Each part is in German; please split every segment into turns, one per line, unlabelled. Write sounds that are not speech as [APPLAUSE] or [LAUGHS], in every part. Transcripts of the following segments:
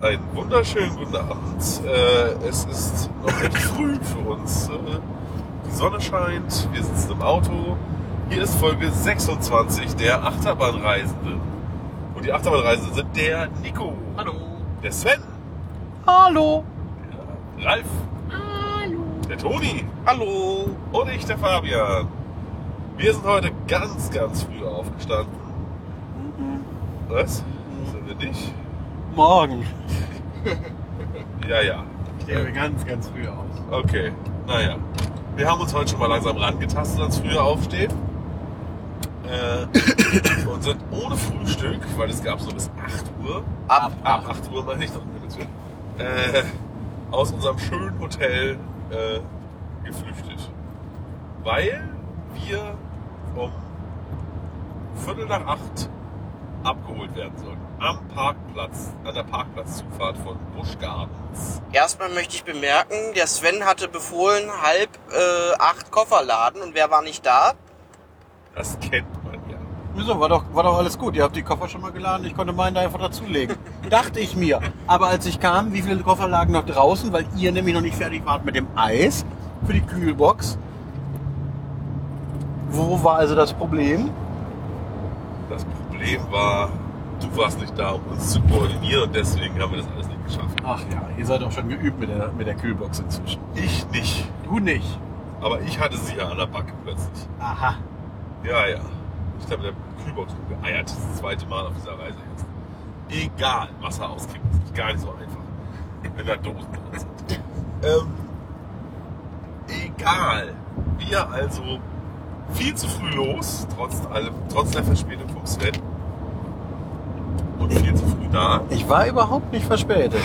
einen wunderschönen guten Abend. Äh, es ist noch
[LAUGHS]
recht früh für uns. Äh, die Sonne scheint, wir sitzen im Auto. Hier ist Folge 26 der Achterbahnreisenden. Und die Achterbahnreisenden sind der Nico,
Hallo.
der Sven,
Hallo.
der Ralf, der Toni
Hallo.
und ich, der Fabian. Wir sind heute ganz, ganz früh aufgestanden.
Mhm.
Was? Sind wir nicht?
Morgen.
Ja, ja.
Ich stehe ganz, ganz früh aus.
Okay, naja. Wir haben uns heute schon mal langsam rangetastet ans frühe Aufstehen. Äh, und sind ohne Frühstück, weil es gab so bis 8 Uhr,
Ab.
ab 8 Uhr meine ich noch, um Gottes Willen, äh, aus unserem schönen Hotel äh, geflüchtet. Weil wir um Viertel nach 8 abgeholt werden sollen. Am Parkplatz, an der Parkplatzzufahrt von Busch Gardens.
Erstmal möchte ich bemerken, der Sven hatte befohlen, halb äh, acht Koffer laden und wer war nicht da?
Das kennt man ja.
Wieso? War doch, war doch alles gut. Ihr habt die Koffer schon mal geladen. Ich konnte meinen da einfach dazulegen. [LAUGHS] Dachte ich mir. Aber als ich kam, wie viele Koffer lagen noch draußen, weil ihr nämlich noch nicht fertig wart mit dem Eis für die Kühlbox. Wo war also das Problem?
Das Problem war, du warst nicht da, um uns zu koordinieren und deswegen haben wir das alles nicht geschafft.
Ach ja, ihr seid auch schon geübt mit der, mit der Kühlbox inzwischen.
Ich nicht,
Du nicht.
aber ich hatte sie ja an der Backe plötzlich.
Aha.
Ja, ja. Ich glaube, der Kühlbox rumgeeiert das zweite Mal auf dieser Reise jetzt. Egal, Wasser auskippen, ist gar nicht so einfach, wenn da Dosen drin sind. ähm, egal. Wir also viel zu früh los, trotz allem, trotz der Verspätung vom Sven. Und viel zu früh da.
Ich war überhaupt nicht verspätet.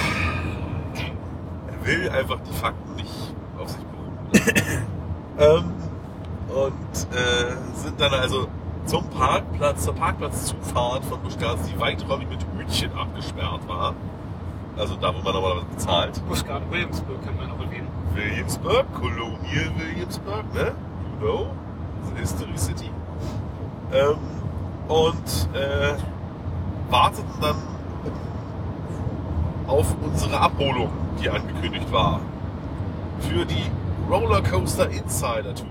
Er will einfach die Fakten nicht auf sich beruhen. ähm, und äh, sind dann also zum Parkplatz, zur Parkplatzzufahrt von Buschgarten, die weiträumig mit Hütchen abgesperrt war. Also da, wo man normalerweise bezahlt.
Busgarde Williamsburg können wir noch erwähnen.
Williamsburg, Kolonial Williamsburg, ne? You know? Also History City. Ähm, und äh, warteten dann auf unsere Abholung, die angekündigt war. Für die Rollercoaster Insider Tour.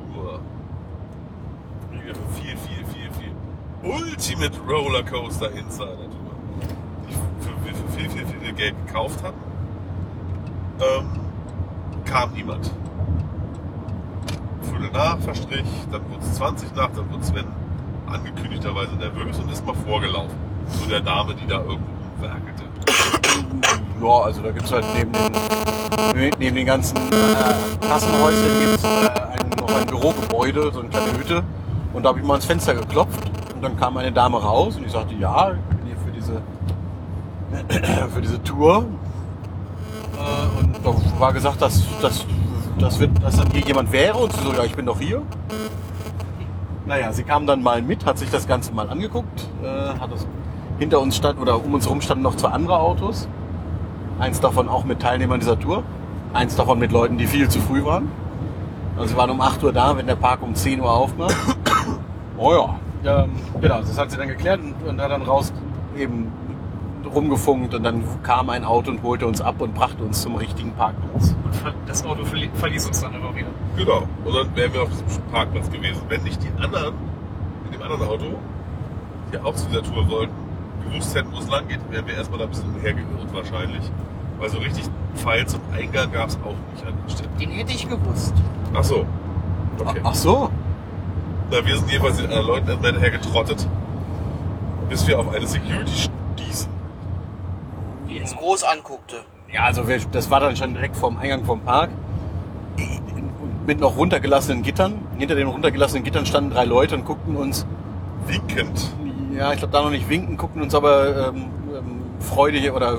Viel, viel, viel, viel. Ultimate Rollercoaster Insider Tour. Die wir für, für viel, viel, viel, viel Geld gekauft hatten. Ähm, kam niemand. Viertel nach verstrich, dann wurde es 20 nach, dann wurde Sven angekündigterweise nervös und ist mal vorgelaufen. Zu der Dame, die da irgendwo rumwerkelte.
Ja, also da gibt es halt neben den, neben den ganzen äh, Kassenhäuschen gibt's, äh, ein, noch ein Bürogebäude, so eine kleine Hütte. Und da habe ich mal ans Fenster geklopft und dann kam eine Dame raus und ich sagte, ja, ich bin hier für diese, für diese [CLEARS THROAT] Tour. Äh, und da war gesagt, dass, dass, dass, wird, dass dann hier jemand wäre und sie so, ja, ich bin doch hier. Naja, sie kam dann mal mit, hat sich das Ganze mal angeguckt, äh, hat das hinter uns stand oder um uns herum standen noch zwei andere Autos. Eins davon auch mit Teilnehmern dieser Tour. Eins davon mit Leuten, die viel zu früh waren. Also sie waren um 8 Uhr da, wenn der Park um 10 Uhr aufmacht. oh ja. Ähm, genau, das hat sie dann geklärt und, und hat dann raus eben rumgefunkt und dann kam ein Auto und holte uns ab und brachte uns zum richtigen Parkplatz.
Und ver- das Auto verli verließ uns dann einfach wieder.
Genau. Und dann wären wir auf diesem Parkplatz gewesen, wenn nicht die anderen in dem anderen Auto, die auch zu dieser Tour wollten, gewusst hätten, wo es lang geht, wären wir erstmal da ein bisschen umhergeirrt wahrscheinlich. Weil so richtig Pfeil zum Eingang gab es auch nicht an den Städten.
Den hätte ich gewusst.
Ach so.
[LAUGHS]
Okay.
Ach so,
Na, wir sind jeweils den anderen Leuten erstmal hinterher getrottet, bis wir auf eine Security stießen.
Die uns groß anguckte.
Ja, also wir, das war dann schon direkt vorm Eingang vom Park. Mit noch runtergelassenen Gittern. Hinter den runtergelassenen Gittern standen drei Leute und guckten uns,
Winkend.
ja, ich glaube da noch nicht winken, guckten uns aber ähm, ähm, freudig oder äh,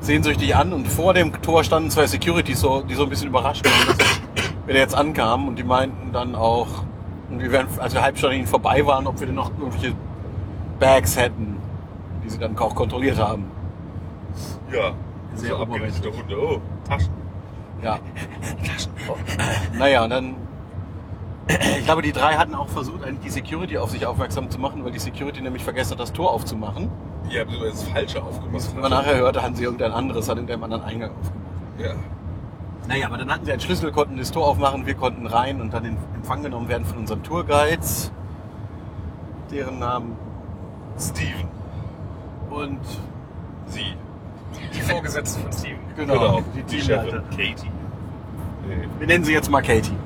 sehnsüchtig an. Und vor dem Tor standen zwei Securities, so, die so ein bisschen überrascht waren, dass wir da jetzt ankamen. Und die meinten dann auch, und wir wären, als wir halb schon an ihnen vorbei waren, ob wir denn noch irgendwelche Bags hätten, die sie dann auch kontrolliert haben.
Ja.
Sehr
so
oberflächlich.
abgerichtete Hunde. Oh, Taschen.
Ja. naja, und dann. Ich glaube, die drei hatten auch versucht, eigentlich die Security auf sich aufmerksam zu machen, weil die Security nämlich vergessen hat, das Tor aufzumachen.
Ja, beziehungsweise das Falsche aufgemacht
Und nachher hörte, hatten sie irgendein anderes, hat in dem anderen Eingang aufgemacht.
Ja.
Naja, aber dann hatten sie einen Schlüssel, konnten das Tor aufmachen, wir konnten rein und dann in Empfang genommen werden von unseren Tourguides, deren Namen
Steven.
und
Sie.
Die Vorgesetzten von Steven.
genau,
Die, die
Teamleiter.
Chefin. Katie. Nee.
Wir nennen sie jetzt mal Katie.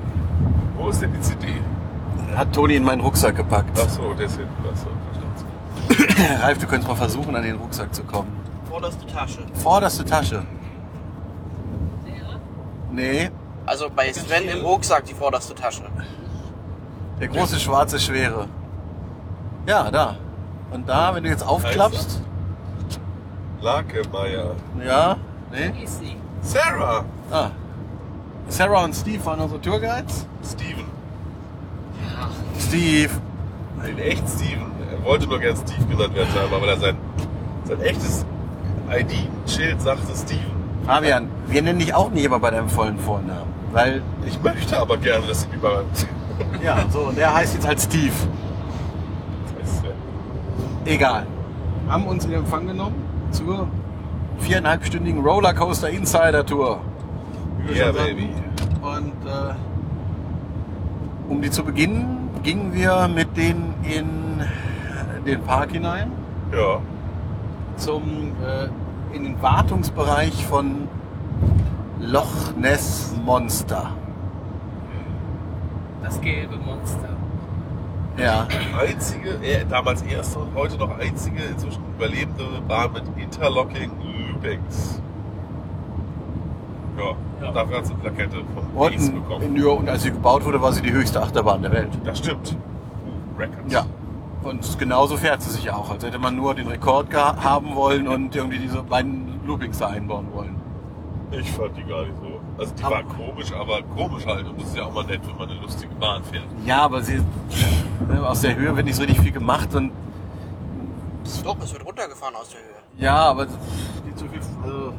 Wo ist denn die CD?
Hat Toni in meinen Rucksack gepackt.
Achso, deswegen. Achso, verstanden.
Ralf, du könntest mal versuchen, an den Rucksack zu kommen.
Vorderste Tasche.
Vorderste Tasche. Nee,
Also bei Sven im Rucksack die vorderste Tasche.
der große schwarze Schwere. Ja, da. Und da, wenn du jetzt aufklappst.
Lakemeyer.
Ja, nee.
Sarah!
Ah. Sarah und Steve waren unsere Tourguides.
Steven.
Steve.
Nein, echt Steven. Er wollte nur gern Steve genannt werden, scheinbar, weil er sein, sein echtes ID-Schild sagte Steven.
Fabian, wir nennen dich auch nicht immer bei deinem vollen Vornamen. Weil.
Ich möchte aber gerne, dass sie mich mal [LAUGHS]
Ja, so, und der heißt jetzt halt Steve.
heißt. ja.
Egal. Haben uns in Empfang genommen zur viereinhalbstündigen Rollercoaster Insider Tour. Wie wir
Yeah,
schon sagten.
baby.
Und äh, um die zu beginnen, gingen wir mit denen in den Park hinein,
Ja.
zum, äh, in den Wartungsbereich von Loch Ness Monster.
Das gelbe Monster.
Ja,
Einzige, äh, damals erste und heute noch einzige, inzwischen überlebende Bahn mit Interlocking Lübecks. Ja,
Ja.
dafür hat sie eine Plakette von
und,
Reese bekommen.
in, und als sie gebaut wurde, war sie die höchste Achterbahn der Welt.
Das stimmt. Uh, Records.
Ja. Und genauso fährt sie sich auch, als hätte man nur den Rekord geha- haben wollen und irgendwie diese beiden Loopings da einbauen wollen.
Ich fand die gar nicht so. Also die
Aber-
war komisch, aber komisch halt. Und das ist ja auch mal nett, wenn man eine lustige Bahn fährt.
Ja, aber sie ne, aus der Höhe wird nicht so richtig viel gemacht und
Doch, es wird runtergefahren aus der Höhe.
ja, aber nicht so viel. Also,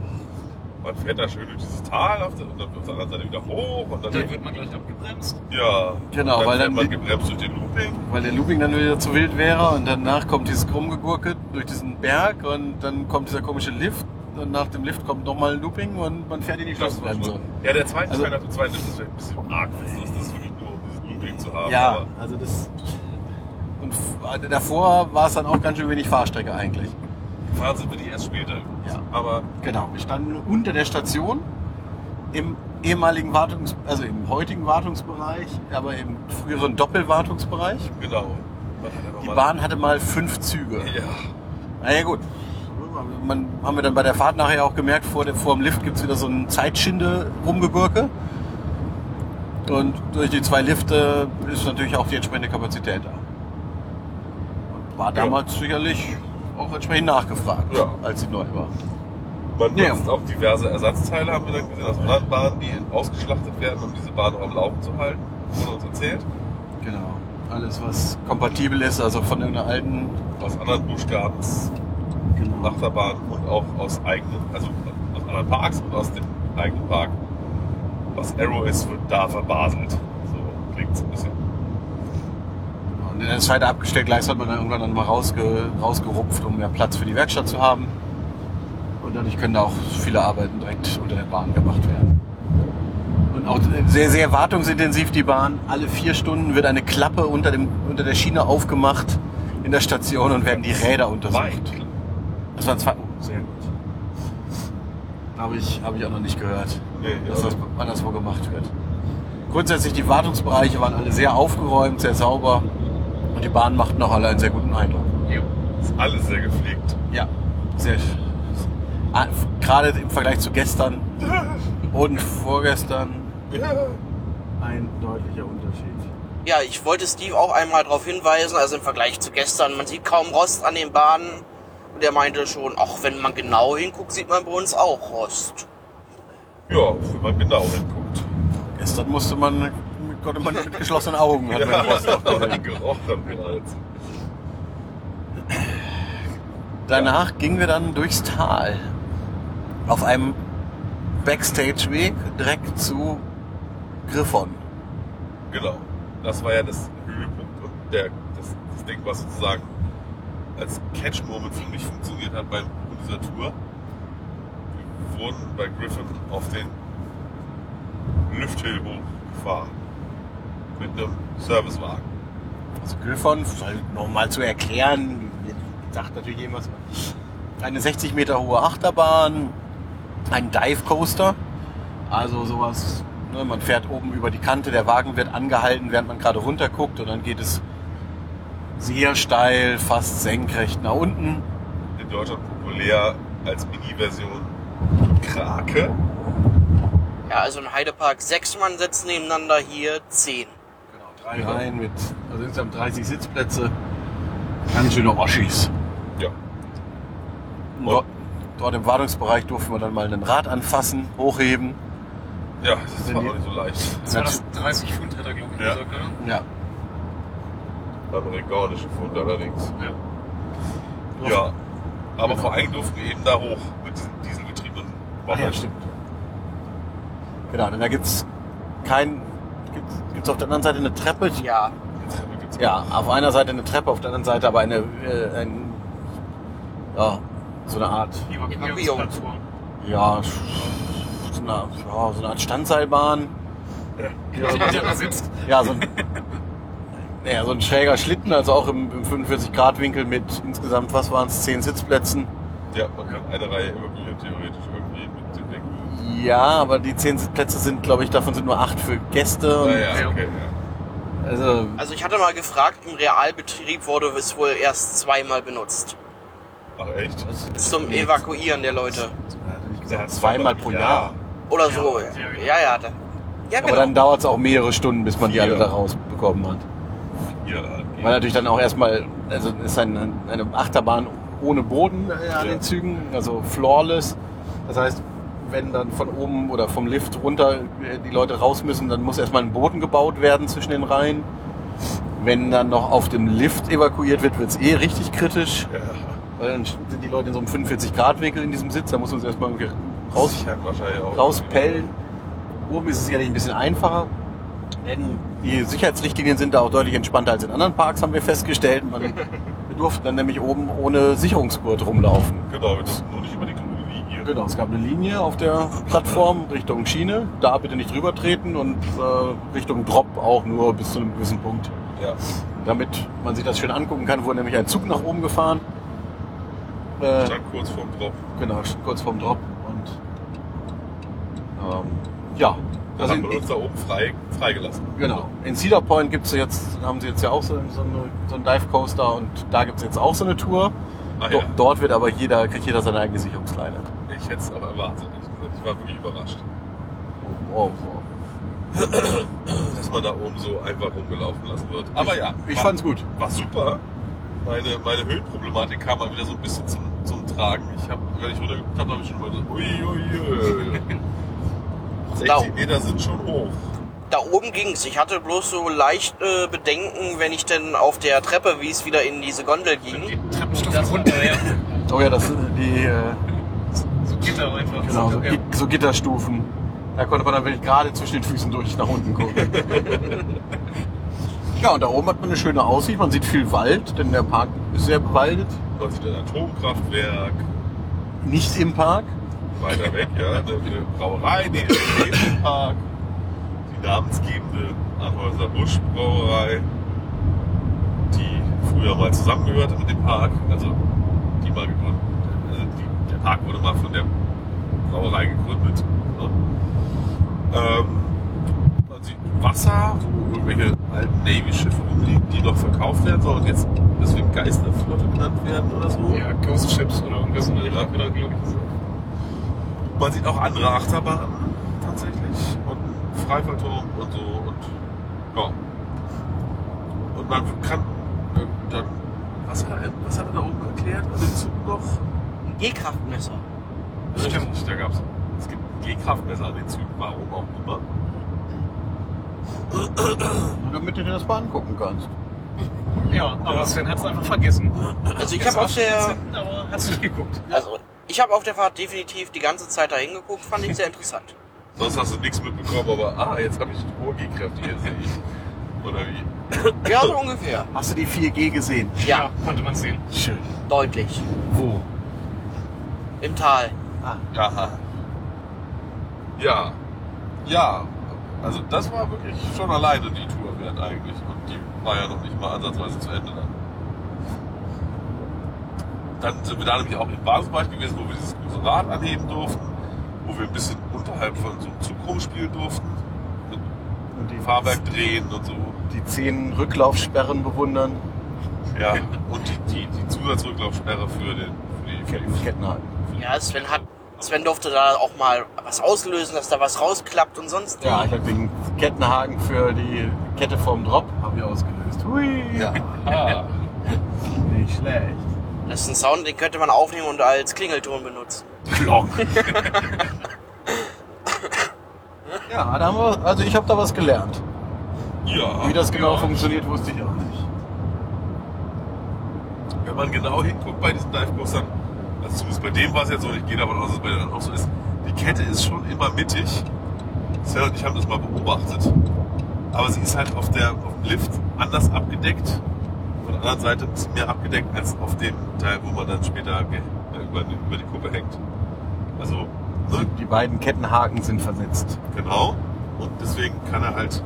Man fährt da schön durch dieses Tal auf der, und dann auf der anderen Seite wieder hoch und dann,
Dann wird man gleich abgebremst.
ja.
Genau,
dann
weil
fährt
dann
man
die-
gebremst durch den Looping.
weil der Looping dann wieder zu wild wäre und danach kommt dieses Krummgegurke durch diesen Berg und dann kommt dieser komische Lift und nach dem Lift kommt nochmal ein Looping und man fährt in die Schlossbremse.
Ja, der zweite
Also-
Teil nach dem zweiten ist vielleicht ein bisschen arg, das ist wirklich nur um dieses Looping zu haben.
Ja,
Aber
also das. Und f- also davor war es dann auch ganz schön wenig Fahrstrecke eigentlich.
gefahren sind wir die erst später.
Ja.
Aber
Genau, wir standen unter der Station im ehemaligen Wartungs-, also im heutigen Wartungsbereich, aber im früheren Doppelwartungsbereich.
genau. Man hat einfach
Die
mal-
Bahn hatte mal fünf Züge.
Ja,
Naja, gut. Man, haben wir dann bei der Fahrt nachher auch gemerkt, vor, der, vor dem Lift gibt es wieder so einen Zeitschinde-Rumgegurke. Und durch die zwei Lifte ist natürlich auch die entsprechende Kapazität da. Und war damals sicherlich auch entsprechend nachgefragt,
Ja.
als sie neu war.
man
Ja.
nutzt auch diverse Ersatzteile, haben wir dann gesehen, aus anderen Bahnen, die ausgeschlachtet werden, um diese Bahn auch am Laufen zu halten. Wurde uns erzählt.
Genau. Alles, was kompatibel ist, also von irgendeiner alten
Aus anderen Buschgartens
genau.
Achterbahn und auch aus eigenen, also aus anderen Parks und aus dem eigenen Park. Was Arrow ist, wird da verbaselt. So klingt es ein bisschen.
Und in der zweite Abgestellgleis hat man dann irgendwann dann mal rausge, rausgerupft, um mehr Platz für die Werkstatt zu haben. Und dadurch können da auch viele Arbeiten direkt unter der Bahn gemacht werden. Und auch sehr, sehr wartungsintensiv die Bahn. Alle vier Stunden wird eine Klappe unter, dem, unter der Schiene aufgemacht in der Station und werden die Räder untersucht.
Weit.
Das waren zwei. Oh, sehr gut. Habe ich, habe ich auch noch nicht gehört
Nee,
dass
ja.
das anderswo gemacht wird. Grundsätzlich die Wartungsbereiche waren alle sehr aufgeräumt, sehr sauber und die Bahnen machten auch alle einen sehr guten Eindruck.
Jo.
ist alles sehr gepflegt.
Ja, sehr. Ah, Gerade im Vergleich zu [LAUGHS] gestern und vorgestern
Ja.
ein deutlicher Unterschied.
Ja, ich wollte Steve auch einmal darauf hinweisen, also im Vergleich zu gestern, man sieht kaum Rost an den Bahnen. Und er meinte schon, auch wenn man genau hinguckt, sieht man bei uns auch Rost.
ja, wenn man genau hinguckt.
Gestern musste man konnte man mit geschlossenen Augen hat man Rost [LAUGHS]
ja, aber die
aufgeholt.
gerochen haben bereits.
Danach gingen wir dann durchs Tal auf einem Backstage-Weg direkt zu Griffon.
Genau. Das war ja das Höhepunkt und der, das, das Ding, was sozusagen als Catch-Moment für mich funktioniert hat bei dieser Tour. Wir wurden bei Griffin auf den Lüfthill hochgefahren. Mit einem Servicewagen.
Also Griffon, nochmal zu erklären, sagt natürlich jemand, eine 60 Meter hohe Achterbahn, ein Dive Coaster, also sowas, ne, man fährt oben über die Kante, der Wagen wird angehalten, während man gerade runterguckt und dann geht es sehr steil, fast senkrecht nach unten.
In Deutschland populär als Mini-Version Krake.
Ja, also im Heidepark sechs Mann sitzen nebeneinander, hier zehn.
Genau, drei Reihen mit, also insgesamt 30 Sitzplätze, ganz schöne Oschis.
Ja.
Und dort, dort im Wartungsbereich durften wir dann mal ein Rad anfassen, hochheben.
Ja, das war auch nicht so leicht.
Das war das 30 Pfund, hat er, glaube ich,
Ja.
gesagt, oder?
Ja,
Amerikanischen Fund allerdings.
Ja.
Ja. Aber vor allem durften wir eben da hoch mit diesen dieselgetriebenen Waffen.
Ah ja, stimmt. Genau, denn da gibt's kein. Gibt's, gibt's auf der anderen Seite eine Treppe? die-
Ja,
Ja, auf einer Seite eine Treppe, auf der anderen Seite aber eine. Äh, ein, ja, so eine Art.
Die war Plattform.
Ja, so eine, ja, so eine Art Standseilbahn.
Ja, der da sitzt.
Ja, so ein. Naja, so ein schräger Schlitten, also auch im, im 45-Grad-Winkel mit insgesamt, was waren es, 10 Sitzplätzen.
Ja, man kann eine Reihe evakuieren, theoretisch irgendwie mit dem Denken.
Ja, aber die 10 Sitzplätze sind, glaube ich, davon sind nur 8 für Gäste. Und,
Naja, okay, ja.
Also,
also ich hatte mal gefragt, im Realbetrieb wurde es wohl erst zweimal benutzt.
Ach echt?
Zum Evakuieren der Leute.
Ja,
zweimal pro Jahr.
Oder so.
Ja, sehr gut.
Ja, ja. Da.
Aber
Ja, genau.
Also-
dann dauert es auch mehrere Stunden, bis man die alle
Vier.
da rausbekommen hat.
Ja,
Weil natürlich dann auch erstmal, also es ist eine, eine Achterbahn ohne Boden äh, an
Ja.
den Zügen, also floorless. Das heißt, wenn dann von oben oder vom Lift runter äh, die Leute raus müssen, dann muss erstmal ein Boden gebaut werden zwischen den Reihen. Wenn dann noch auf dem Lift evakuiert wird, wird es eh richtig kritisch.
ja.
Weil dann sind die Leute in so einem 45-Grad-Winkel in diesem Sitz, da muss man sie erstmal irgendwie raus,
Sichern wahrscheinlich auch.
rauspellen. Oben ist es sicherlich ein bisschen einfacher, denn die Sicherheitsrichtlinien sind da auch deutlich entspannter als in anderen Parks, haben wir festgestellt. Man, [LAUGHS] wir durften dann nämlich oben ohne Sicherungsgurt rumlaufen.
Genau, wir dürfen nur nicht über die grüne Linie.
Genau, es gab eine Linie auf der Plattform Richtung Schiene, da bitte nicht drüber treten und äh, Richtung Drop auch nur bis zu einem gewissen Punkt.
Ja.
Damit man sich das schön angucken kann, wurde nämlich ein Zug nach oben gefahren. Äh,
Stand kurz vorm Drop.
Genau, kurz vorm Drop. Und ähm, ja,
Dann
also
haben
in,
wir uns da oben frei, freigelassen.
genau. In Cedar Point gibt's ja jetzt, haben sie jetzt ja auch so, so, eine, so einen Dive Coaster und da gibt's jetzt auch so eine Tour.
Ah,
Do
ja.
Dort wird aber jeder, kriegt jeder seine eigene Sicherungskleidung.
Ich hätte es aber erwartet. ehrlich gesagt. Ich war wirklich überrascht,
Oh, oh.
dass man da oben so einfach rumgelaufen lassen wird. Aber ja,
Ich
war-
fand's gut.
war super. Meine, meine Höhenproblematik kam mal wieder so ein bisschen zum, zum Tragen. Ich habe, wenn ich runtergeguckt habe, habe ich schon mal so, uiuiui.
[LAUGHS]
60 Meter sind schon hoch.
Da oben ging's. Ich hatte bloß so leicht äh, Bedenken, wenn ich denn auf der Treppe, wie es wieder in diese Gondel
Die
ging.
Treppenstufen runter, ja.
oh ja, das sind die äh,
So Gitter einfach.
genau, so,
ja.
Git- so Gitterstufen. Da konnte man dann wirklich gerade zwischen den Füßen durch nach
[LAUGHS]
unten gucken. ja, und da oben hat man eine schöne Aussicht. Man sieht viel Wald, denn der Park ist sehr bewaldet.
Man sieht ein Atomkraftwerk,
Nicht im Park.
weiter weg, ja, eine, eine Brauerei, nee, ein Park, die namensgebende Anhäuser Busch Brauerei, die früher mal zusammengehörte mit dem Park, also die mal gegründet, also die, der Park wurde mal von der Brauerei gegründet. Ne? Ähm, man sieht Wasser, wo irgendwelche alten Navy-Schiffe rumliegen, die noch verkauft werden sollen und jetzt deswegen Geisterflotte genannt werden oder so.
ja, Ghost Ships oder irgendwas in der Richtung, oder, glaube ich.
Man sieht auch andere Achterbahnen tatsächlich und einen Freifallturm und so und ja. Und man kann äh, dann, was hat, er, was hat er da oben erklärt an dem Zug noch?
Ein E-Kraftmesser.
Stimmt, da gab's. Es gibt ein Gehkraftmesser an den Zügen, warum auch immer.
Damit du dir das mal angucken kannst.
Ja, aber Sven hat es einfach vergessen.
Also ich
Jetzt
habe auf der,
aufgeschnitten, Aber hast du geguckt.
also ich habe auf der Fahrt definitiv die ganze Zeit da hingeguckt. Fand ich sehr interessant.
Sonst hast du nichts mitbekommen, aber ah, jetzt habe ich hohe Gehkräfte, hier sehe ich. Oder wie?
Ja, so ungefähr.
Hast du die 4G gesehen?
Ja,
konnte man sehen.
Schön.
deutlich.
Wo?
Im Tal.
Aha. Ja. Ja. Also das war wirklich schon alleine die Tour wert eigentlich. Und die war ja noch nicht mal ansatzweise zu Ende dann. Dann sind wir da nämlich auch in Basel gewesen, wo wir dieses große Rad anheben durften, wo wir ein bisschen unterhalb von so einem Zug rumspielen durften,
Und die,
Fahrwerk drehen und so.
die 10 Rücklaufsperren bewundern.
Ja. Und die, die, die Zusatzrücklaufsperre für den für die, für die
Ketten halten.
Ja, Sven hat. Sven durfte da auch mal was auslösen, dass da was rausklappt und sonst
Ja, ich habe den Kettenhaken für die Kette vom Drop habe ich ausgelöst. Hui. Ja. Ah. Nicht schlecht.
Das ist ein Sound, den könnte man aufnehmen und als Klingelton benutzen.
Glock. ja, da haben wir, also ich habe da was gelernt.
Ja.
Wie das genau funktioniert, wusste ich auch nicht.
wenn man genau hinguckt bei diesen Dive-Coastern, also zumindest bei dem war es jetzt so, ich gehe davon aus, dass es bei den anderen auch so ist, die Kette ist schon immer mittig. Sven und ich haben das mal beobachtet. Aber sie ist halt auf, der, auf dem Lift anders abgedeckt. Von der anderen Seite ein bisschen mehr abgedeckt als auf dem Teil, wo man dann später ge- äh, über, die- über die Kuppe hängt. Also, ne,
Die beiden Kettenhaken sind versetzt.
Genau. Und deswegen kann er halt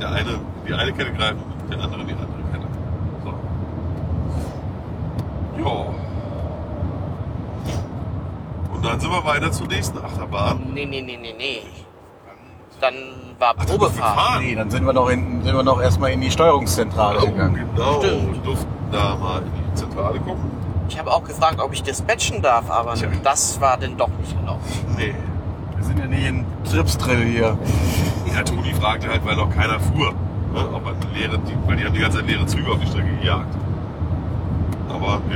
der eine in die eine Kette greifen und der andere in die andere Kette. So. Jo. Und dann sind wir weiter zur nächsten Achterbahn.
Nee, nee, nee, nee, nee. Dann war Probefahrt.
Fahren.
Nee, dann sind wir noch hinten, sind wir noch erstmal in die Steuerungszentrale
Oh,
gegangen.
genau.
Stimmt.
Wir durften da mal in die Zentrale gucken.
Ich habe auch gefragt, ob ich dispatchen darf, aber
Tja.
das war denn doch nicht erlaubt.
Nee.
Wir sind ja nicht in Tripsdrill hier.
Ja, Toni fragte halt, weil noch keiner fuhr. Ne? Ob man leere, die, weil die haben die ganze Zeit leere Züge auf die Strecke gejagt. Aber, nee.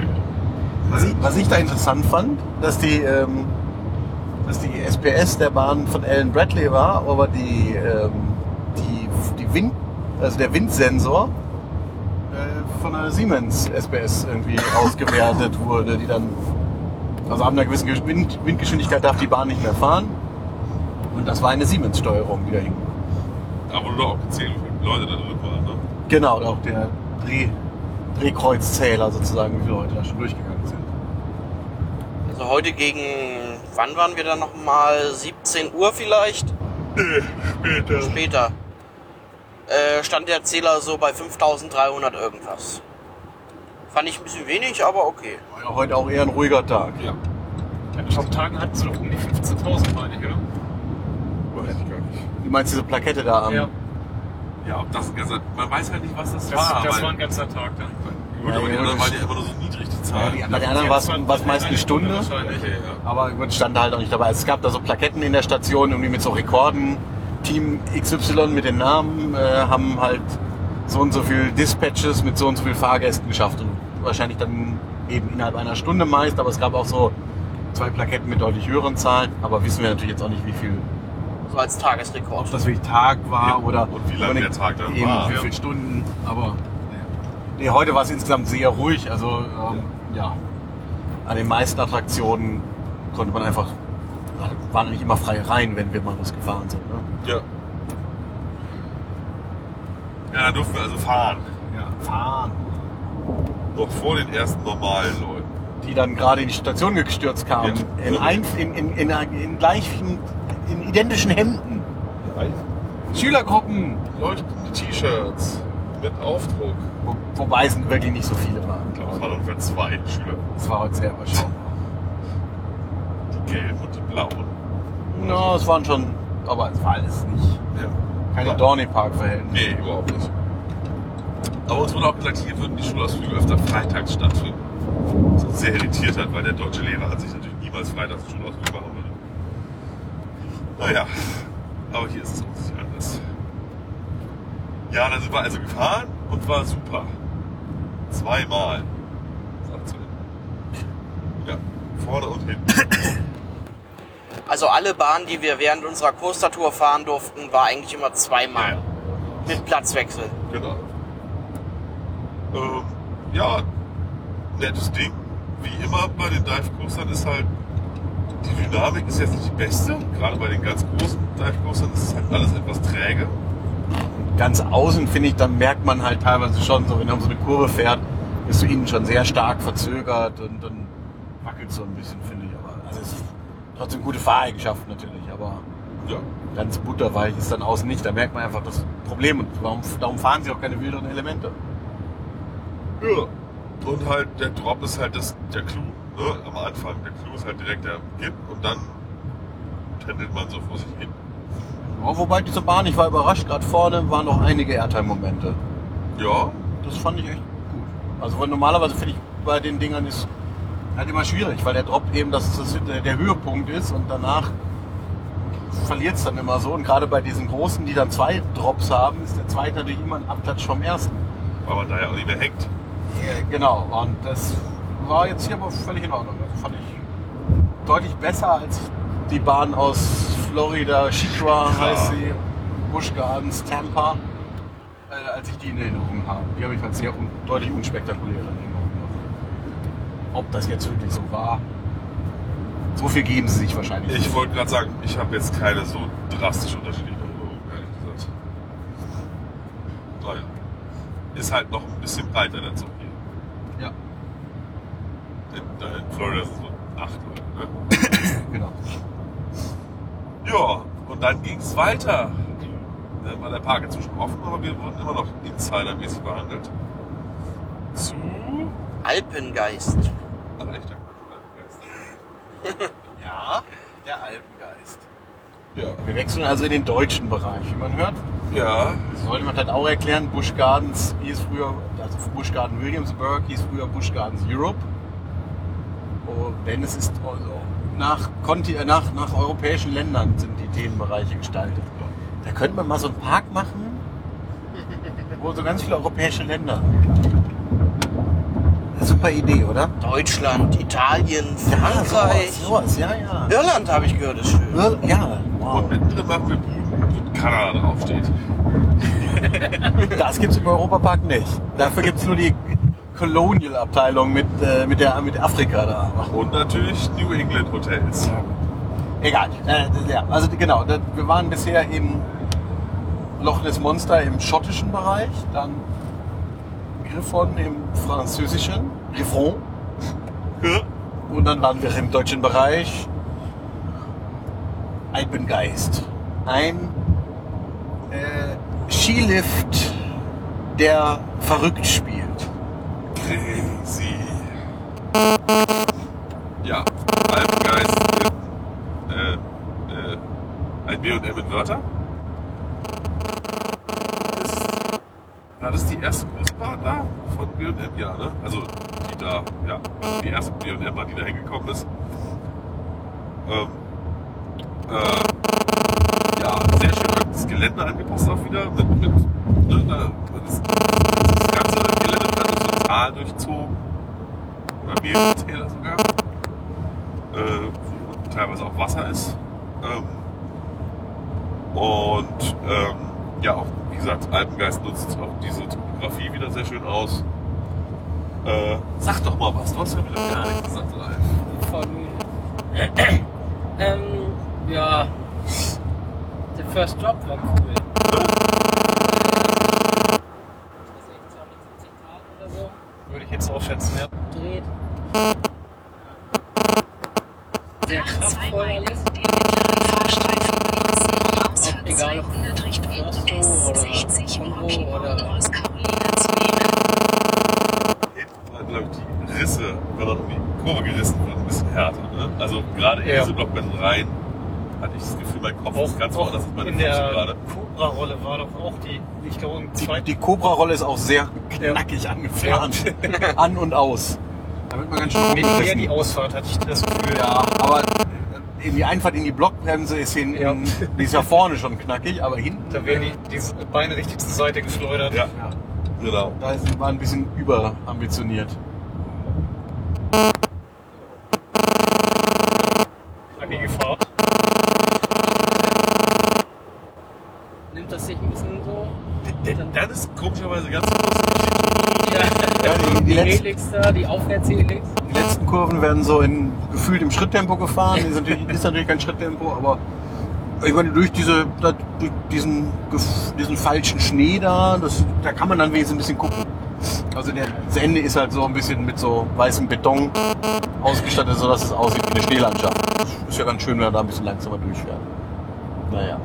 Was ich, was ich da interessant fand, dass die, ähm, dass die SPS der Bahn von Alan Bradley war, aber die, ähm, die, die Wind, also der Windsensor äh, von einer Siemens SPS irgendwie ausgewertet wurde, die dann also ab einer gewissen Gesch- Wind, Windgeschwindigkeit darf die Bahn nicht mehr fahren. Und das war eine Siemens-Steuerung, die da hing.
Aber nur auch gezählt, wie viele Leute da drin waren. Ne?
Genau, und auch der Dreh, Drehkreuzzähler sozusagen, wie viele Leute da schon durchgegangen sind.
Also heute gegen, wann waren wir dann nochmal? 17 Uhr vielleicht?
Äh, Später.
Später. Äh, stand der Zähler so bei 5300 irgendwas. Fand ich ein bisschen wenig, aber okay.
War ja heute auch eher ein ruhiger Tag.
Ja,
An diesen Tagen hatten sie doch um die 15.000, meine ich, oder?
weiß ich gar nicht.
Du meinst diese Plakette da am.
ja,
Ja, ob das ein ganzer. Man weiß halt nicht, was das,
das,
war.
das
weil-
war ein ganzer Tag dann.
Gut, aber die
Ja,
anderen
ja,
waren ja immer nur so niedrig, die
Ja,
Zahlen.
die, bei den anderen war es
Ja, das
war's meist eine Stunde.
wahrscheinlich.
Okay, ja.
Aber gut, stand da halt auch nicht dabei. Es gab da so Plaketten in der Station, irgendwie mit so Rekorden. Team XY mit den Namen äh, haben halt so und so viel Dispatches mit so und so viel Fahrgästen geschafft. Und wahrscheinlich dann eben innerhalb einer Stunde meist. Aber es gab auch so zwei Plaketten mit deutlich höheren Zahlen. Aber wissen wir natürlich jetzt auch nicht, wie viel,
So als Tagesrekord.
ob das wirklich Tag war
Ja,
oder
und wie lang der Tag dann
eben,
war,
wie
ja.
viele Stunden. Aber nee, heute war es insgesamt sehr ruhig. Also ähm, ja. an den meisten Attraktionen konnte man einfach waren nicht immer frei rein, wenn wir mal was gefahren sind. Ne?
Ja. ja, da durften wir also fahren.
Ja. Fahren.
Noch vor den ersten normalen Leuten.
Die dann gerade in die Station gestürzt kamen.
Ja.
In, ein, in, in, in, in gleichen, in identischen Hemden. Schülergruppen.
Leuchtende T-Shirts mit Aufdruck.
Wo, wobei es wirklich nicht so viele waren.
Ich glaube, es waren ungefähr zwei Schüler.
Es war heute sehr überschaubar.
Die gelben und die blauen.
Na, es waren schon, aber es war alles nicht.
Ja.
Keine
Ja.
Dorney Park Verhältnisse.
Nee, überhaupt nicht. Aber uns wurde auch gesagt, hier würden die Schulausflüge öfter freitags stattfinden. Was uns sehr irritiert hat, weil der deutsche Lehrer hat sich natürlich niemals freitags einen Schulausflug machen würde. Naja, aber hier ist es offensichtlich anders. Ja, dann sind wir also gefahren und war super. Zweimal. Sagt sie. Ja, vorne und hinten.
Also alle Bahnen, die wir während unserer Coaster-Tour fahren durften, war eigentlich immer zweimal.
Ja,
Mit Platzwechsel.
Genau. Ähm, ja, nettes Ding. Wie immer bei den Dive-Coastern ist halt, die Dynamik ist jetzt nicht die beste. Gerade bei den ganz großen Dive-Coastern ist es halt alles etwas träge.
ganz außen, finde ich, dann merkt man halt teilweise schon, so wenn man so eine Kurve fährt, bist du ihnen schon sehr stark verzögert und dann wackelt so ein bisschen, finde ich. Aber also es ist trotzdem gute Fahreigenschaft natürlich, aber
Ja.
ganz butterweich ist dann außen nicht. Da merkt man einfach das Problem und warum, darum fahren sie auch keine wilderen Elemente.
Ja. Und halt der Drop ist halt das, der Clou. Ne? Am Anfang, der Clou ist halt direkt der Beginn und dann tendelt man so vor sich hin.
Ja, wobei diese Bahn, ich war überrascht, gerade vorne waren noch einige Airtime-Momente.
Ja,
Das fand ich echt gut. Also weil normalerweise finde ich bei den Dingern ist halt immer schwierig, weil der Drop eben das, das äh, der Höhepunkt ist und danach verliert es dann immer so. Und gerade bei diesen großen, die dann zwei Drops haben, ist der zweite natürlich immer ein Abklatsch vom ersten.
weil man da ja auch nicht mehr hängt.
Genau, und das war jetzt hier aber völlig in Ordnung. Also fand ich deutlich besser als die Bahn aus Florida, Chikra
Chikra.
heißt sie, Busch Gardens, Tampa, äh, als ich die in Erinnerung habe. Die habe ich als sehr un deutlich unspektakulärer in Erinnerung. noch. Ob das jetzt wirklich so war, so viel geben sie sich wahrscheinlich.
Ich wollte gerade sagen, ich habe jetzt keine so drastisch unterschiedliche Berührung, ehrlich gesagt. Naja. Ist halt noch ein bisschen breiter der Zug hier.
Ja,
In, da in Florida sind so acht Leute. Ne?
genau.
Ja, und dann ging es weiter. Dann war der Park inzwischen offen, aber wir wurden immer noch insidermäßig behandelt. Zu.
Alpengeist.
Ach, ich dachte, das
Ja, der Alpengeist.
war ein Geist.
Wir wechseln also in den deutschen Bereich, wie man hört.
Ja. Ja.
Das sollte man halt auch erklären, Busch Gardens hieß früher, also Busch Garden Williamsburg hieß früher Busch Gardens Europe. Oh, denn es ist also nach, Konti, äh, nach, nach europäischen Ländern sind die Themenbereiche gestaltet. Da könnte man mal so einen Park machen, wo so ganz viele europäische Länder. Super Idee, oder?
Deutschland, Italien, Frankreich.
sowas, ja, ja.
Irland habe ich gehört, ist schön.
Ir- Ja, wow.
Und mittendrin machen wir Buden, wo Kanada draufsteht.
Das gibt's im Europapark nicht. Dafür gibt's nur die Colonial-Abteilung mit, äh, mit, der, mit Afrika da.
Und natürlich New England Hotels.
Egal. Äh, ja, also genau, da- wir waren bisher im Loch des Monster im schottischen Bereich, dann Griffon im französischen, Griffon, [LAUGHS]
Ja.
und dann waren wir im deutschen Bereich Alpengeist. Ein äh, Skilift, der verrückt spielt.
Crazy. Ja, Alpengeist. Äh, äh, ein BM in Wörter. Das, war das die erste große Bahn da von BM? Ja, ne? Also die da, ja, also die erste BM war, die da hingekommen ist. Ähm, äh, ja, sehr schön das Gelände angepasst auch wieder mit, mit ne, da, das, das ganze Gelände wird dann so ein Tal also durchzogen. Oder mehrere Täler sogar. Äh, wo unten teilweise auch Wasser ist. Ähm, und ähm, ja, auch wie gesagt, Alpengeist nutzt auch diese Topografie wieder sehr schön aus. Äh, sag doch mal was, du hast ja wieder gar nichts gesagt, Ralf.
von. ähm, ja. Der First Drop war cool. Also ich glaube, in 70 Tagen oder so
Würde ich jetzt auch schätzen, ja.
gedreht. Sehr kraftvoll alles. Ob egal ob
S60
Kongo oder
aus Carolina zu nehmen.
Hinten waren, glaube ich, die Risse, wenn dann um die Kurve gerissen wird, ein bisschen härter. Ne? Also gerade in
Ja.
diese Blockbänden rein hatte ich das Gefühl, mein Kopf ist ganz woanders als meine
in
Füße
der
gerade.
Cobra-Rolle war doch auch die, ich glaube, im
Die,
zweiten
die Cobra-Rolle ist auch sehr knackig angefahren. [LAUGHS] An und aus. Damit man ganz schön
Nee, eher
mitgerissen.
die Ausfahrt hatte ich das Gefühl.
Ja, aber äh, in die Einfahrt in die Blockbremse ist hin,
Ja.
in, die ist ja vorne schon knackig, aber hinten.
Da wären die, die Beine richtig zur Seite geschleudert.
Ja,
Ja,
genau.
da ist, war ein bisschen überambitioniert.
Knackige Fahrt.
nimmt das sich ein bisschen so.
Dann ist komischerweise ganz kurz.
Ja, die, die,
Die
letzten,
Helix da, die Aufwärtshelix.
die letzten Kurven werden so in, gefühlt im Schritttempo gefahren. Ist natürlich, ist natürlich kein Schritttempo, aber Ich meine, durch, diese, da- durch diesen, gef- diesen falschen Schnee da, das, da kann man dann wenigstens ein bisschen gucken. Also der, das Ende ist halt so ein bisschen mit so weißem Beton ausgestattet, sodass es aussieht wie eine Schneelandschaft. Ist ja ganz schön, wenn er da ein bisschen langsamer durchfährt. Naja.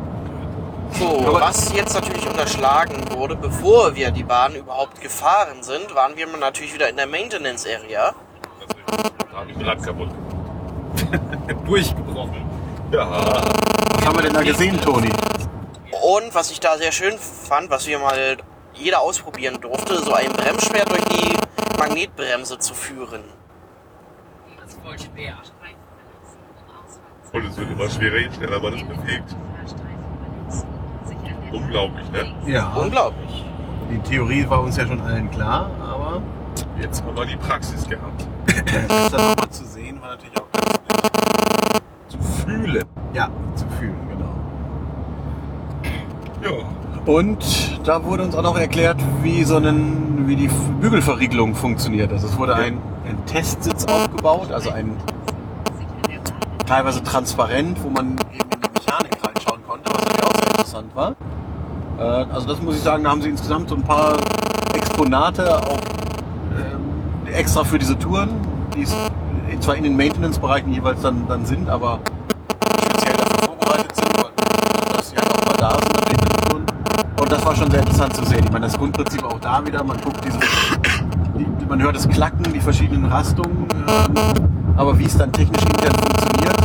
So,
Aber-
was jetzt natürlich unterschlagen wurde, bevor wir die Bahn überhaupt gefahren sind, waren wir natürlich wieder in der Maintenance Area.
Also, da habe ich ein Rad kaputt [LAUGHS] gemacht.
Durchgebrochen.
Ja,
Was haben wir denn da gesehen, Toni?
Und was ich da sehr schön fand, was wir mal jeder ausprobieren durfte, so ein Bremsschwert durch die Magnetbremse zu führen.
Das wollte der.
und es wird immer schwerer, je schneller man es bewegt. Unglaublich, ne?
Ja,
Unglaublich.
die Theorie war uns ja schon allen klar, aber
Jetzt haben wir die Praxis gehabt.
das dann nochmal zu sehen war natürlich auch ganz nett.
Zu fühlen.
Ja, zu fühlen, genau.
Ja.
Und da wurde uns auch noch erklärt, wie so einen, wie die Bügelverriegelung funktioniert. Also es wurde ein, ein Testsitz aufgebaut, also ein teilweise transparent, wo man eben in die Mechanik reinschauen konnte, was natürlich auch sehr interessant war. Äh, also das muss ich sagen, da haben sie insgesamt so ein paar Exponate auch ähm, extra für diese Touren, die es zwar in den Maintenance-Bereichen jeweils dann, dann sind, aber speziell dafür vorbereitet sind, weil das ja auch mal da sind an den Touren. Und das war schon sehr interessant zu sehen. Ich meine, das Grundprinzip auch da wieder, man guckt diese, die, man hört das Klacken, die verschiedenen Rastungen, ähm, aber wie es dann technisch intern funktioniert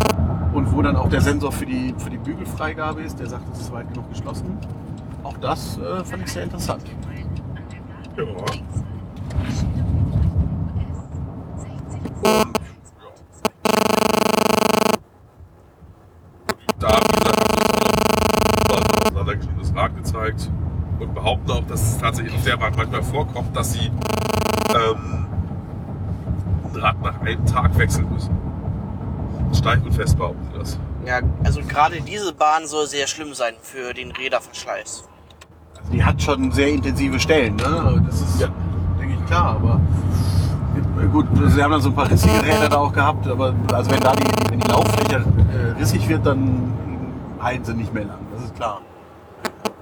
und wo dann auch der Sensor für die, für die Bügelfreigabe ist, der sagt, es ist weit genug geschlossen. Auch das äh, fand ich sehr interessant.
Ja. Da haben wir dann auseinandergeschnittenes Rad gezeigt und behaupten auch, dass es tatsächlich auf der Bahn manchmal vorkommt, dass sie ähm, ein Rad nach einem Tag wechseln müssen. Steif und fest behaupten sie das.
Ja, also gerade diese Bahn soll sehr schlimm sein für den Räderverschleiß.
Die hat schon sehr intensive Stellen, ne? Das ist,
Ja.
denke ich, klar, aber gut, sie haben dann so ein paar rissige Räder da auch gehabt, aber also wenn da die, wenn die Lauffläche äh, rissig wird, dann halten sie nicht mehr lang, das ist klar.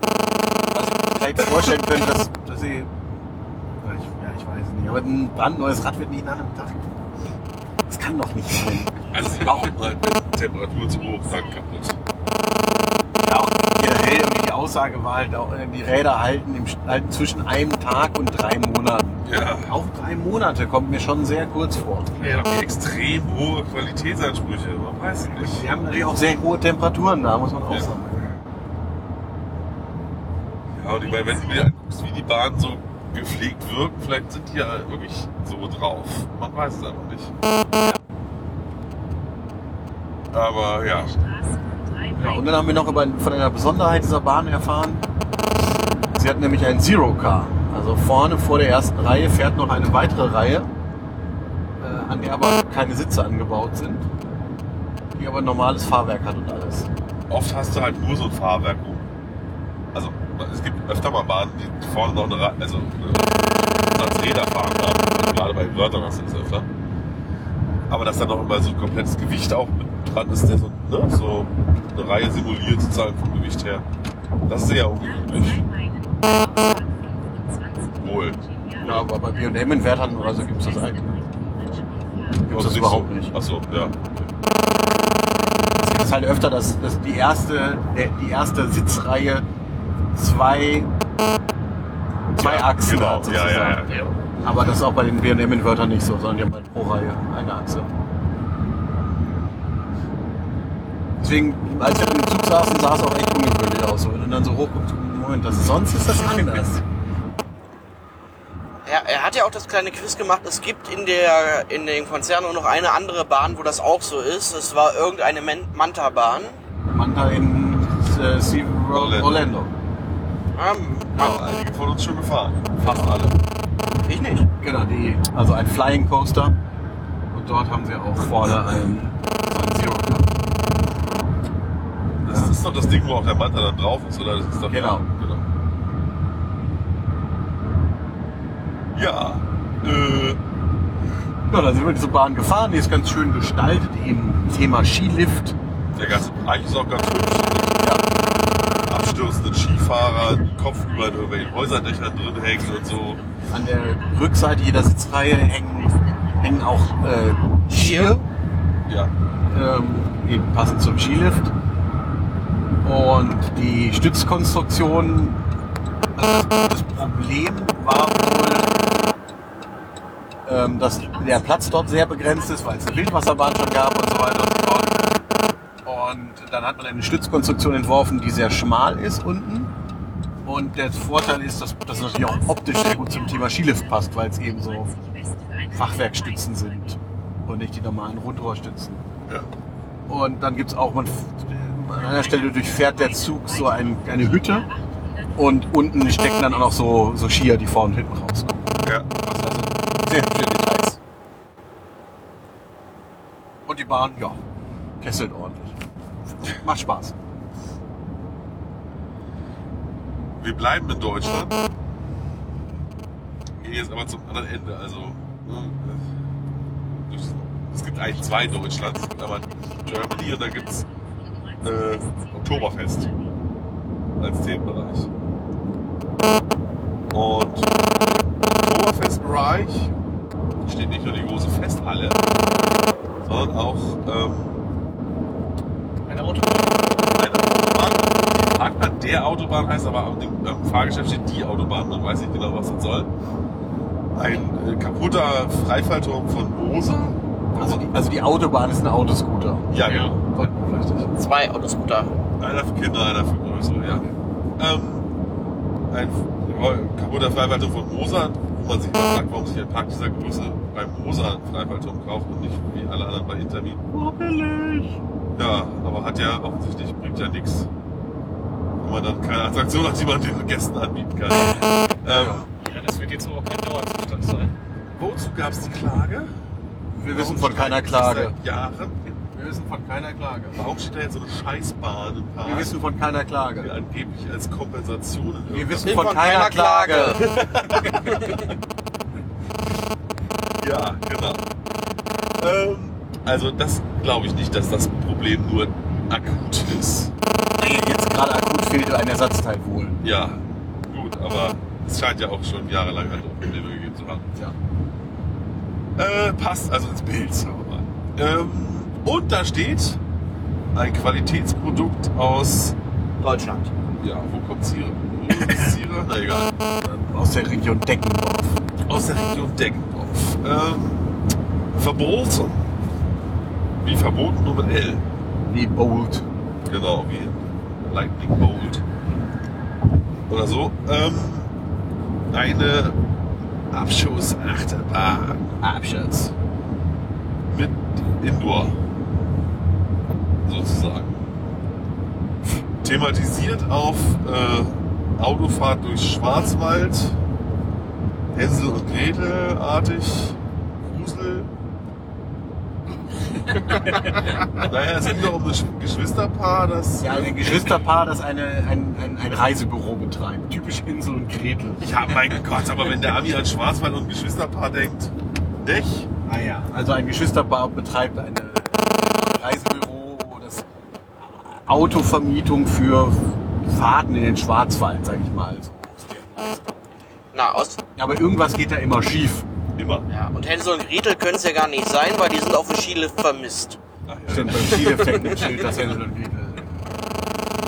Was ich mir vielleicht vorstellen können, dass, dass sie. Ja, ich, ja, ich weiß es nicht, aber ein brandneues Rad wird nicht in einem Tag. Das kann doch nicht sein.
Also sie machen halt, wenn die Temperatur zu hoch ist, dann kaputt.
Ja, auch generell irgendwie die Aussage war halt auch, äh, die Räder halten, im, Sch- halten zwischen einem Tag und drei Monaten.
Ja.
Auch drei Monate kommt mir schon sehr kurz vor.
Wir haben extrem hohe Qualitätsansprüche, man weiß es nicht.
Wir haben natürlich auch sehr hohe Temperaturen da, muss man auch
Ja.
sagen.
Ja, und ich meine, wenn du dir anguckst, wie die Bahnen so gepflegt wirken, vielleicht sind die ja wirklich so drauf. Man weiß es einfach nicht. Aber ja,
Ja, und dann haben wir noch über, von einer Besonderheit dieser Bahn erfahren. Sie hat nämlich ein Zero Car. Also vorne vor der ersten Reihe fährt noch eine weitere Reihe, äh, an der aber keine Sitze angebaut sind, die aber ein normales Fahrwerk hat und alles.
oft hast du halt nur so ein Fahrwerk oben. Also, es gibt öfter mal Bahnen, die vorne noch eine, Ra- also, eine als Räder fahren haben. Gerade bei Wörtern hast du das öfter. Aber dass dann noch immer so ein komplettes Gewicht auch mit dran ist, der so, ne, so eine Reihe simuliert sozusagen vom Gewicht her. Das ist ja ungewöhnlich. Wohl.
Ja, aber bei B&M in Wertern oder so gibt es also das eigentlich.
Also
Gibt's das überhaupt nicht.
Achso, ja.
Es ist halt öfter, dass, dass die, erste, der, die erste Sitzreihe zwei, zwei Achsen
genau.
hat.
Ja,
Sozusagen.
ja, ja. ja.
Aber das ist auch bei den BM-Invertern nicht so, sondern die haben halt pro Reihe eine Achse. Deswegen, als wir im Zug saßen, sah es auch echt ungewöhnlich aus. Und dann so hoch und Moment, das, sonst
[LAUGHS]
ist das
Genau.
anders.
Er, er hat ja auch das kleine Quiz gemacht. Es gibt in der in dem Konzern nur noch eine andere Bahn, wo das auch so ist. Es war irgendeine Men- Manta-Bahn.
Manta in äh, Sea-
Orlando.
Orlando.
Ähm,
Haben einige von uns schon gefahren.
Fast alle.
ich nicht.
Genau, die, also ein Flying Coaster. Und dort haben sie auch vorne ein, so ein Zero Cup.
Das ist doch das Ding, wo auch der Manta dann drauf ist, oder? Das ist doch
Genau.
genau. Ja. Äh,
Ja, dann sind wir diese Bahn gefahren, die ist ganz schön gestaltet, eben Thema Skilift.
der ganze Bereich ist auch ganz hübsch. abgestürzte Skifahrer, die kopfüber in irgendwelchen Häuserdächern drin hängen und so.
An der Rückseite jeder Sitzreihe hängen, hängen auch äh, Skier,
Ja,
ähm, eben passend zum Skilift. Und die Stützkonstruktion, also das Problem war wohl, ähm, dass der Platz dort sehr begrenzt ist, weil es eine Wildwasserbahn schon gab und so weiter und so fort. Und dann hat man eine Stützkonstruktion entworfen, die sehr schmal ist unten. Und der Vorteil ist, dass das natürlich auch optisch sehr gut zum Thema Skilift passt, weil es eben so Fachwerkstützen sind und nicht die normalen Rundrohrstützen.
ja.
Und dann gibt's auch, man, f- an einer Stelle durchfährt der Zug so ein, eine Hütte und unten stecken dann auch noch so, so Skier, die vorne und hinten rauskommen.
ja.
Das also sehr hübsche Details. Und die Bahn, ja, kesselt ordentlich. Macht Spaß.
Wir bleiben in Deutschland. Gehen jetzt aber zum anderen Ende. Also, ne, äh, durch- es gibt eigentlich zwei Deutschlands. Es gibt einmal Germany und dann gibt es äh, Oktoberfest als Themenbereich. Und im Oktoberfestbereich steht nicht nur die große Festhalle, sondern auch ähm,
Eine Autobahn.
eine Autobahn. Die Park an der Autobahn heißt, aber am, am Fahrgeschäft steht die Autobahn, man weiß nicht genau, was das soll. Ein äh, kaputter Freifallturm von Mose.
Also die, also die Autobahn ist ein Autoscooter.
Ja, genau.
Sollten wir vielleicht nicht.
Zwei Autoscooter.
Einer für Kinder, einer für Größere, ja. Ähm, ein F- kaputter Freifallturm von Moser, wo man sich immer fragt, warum sich ein Park dieser Größe bei Moser einen Freifallturm kauft und nicht wie alle anderen bei Intermin. Ja, aber hat ja offensichtlich, bringt ja nichts, wenn man dann keine Attraktion hat, die man den Gästen anbieten kann. Ähm,
Ja, das wird jetzt aber auch kein Dauerzustand sein.
wozu gab es die Klage?
Wir wissen von keiner Klage.
Seit Jahren.
Wir wissen von keiner Klage.
Warum steht da jetzt so eine Scheißbahn im Park?
Wir wissen von keiner
die
Klage.
angeblich als Kompensation in
Wir
irgendeiner
wissen von keiner Klage.
Ja, genau. Ähm, also das glaube ich nicht, dass das Problem nur akut ist.
Jetzt gerade akut fehlt ein Ersatzteil wohl.
Ja, gut, aber es scheint ja auch schon jahrelang andere Probleme gegeben zu haben.
Ja.
Äh, passt also ins Bild, sagen wir mal. Ähm, und da steht ein Qualitätsprodukt aus,
Deutschland.
ja, wo kommt Ziere? Wo kommt Ziere? Na egal.
Aus der Region Deckendorf.
aus der Region Deckendorf. Ähm, verboten. Wie verboten nur mit L.
Wie Bold.
Genau, wie in Lightning Bolt. Oder so. Ähm, eine Abschussachterbahn
Abschatz.
mit Indoor. Sozusagen. Thematisiert auf äh, Autofahrt durch Schwarzwald, Hänsel und Gretel artig, Grusel. [LAUGHS] naja, es ging doch um das Geschwisterpaar, das.
Ja, ein Geschwisterpaar, das eine, ein, ein, ein Reisebüro betreibt. Typisch Insel und Gretel.
Ja, mein Gott, aber wenn der Ami an Schwarzwald und Geschwisterpaar denkt, nicht?
Ah ja. Also ein Geschwisterpaar betreibt ein Reisebüro, das Autovermietung für Fahrten in den Schwarzwald, sag ich mal. So.
Na, aus.
Ja, aber irgendwas geht da immer schief.
Immer.
Ja, und Hänsel und Gretel können es ja gar nicht sein, weil die sind auf dem Skilift vermisst.
Ach ja,
Stimmt, beim Skilift hängt ein Schild, das Hänsel und Gretel.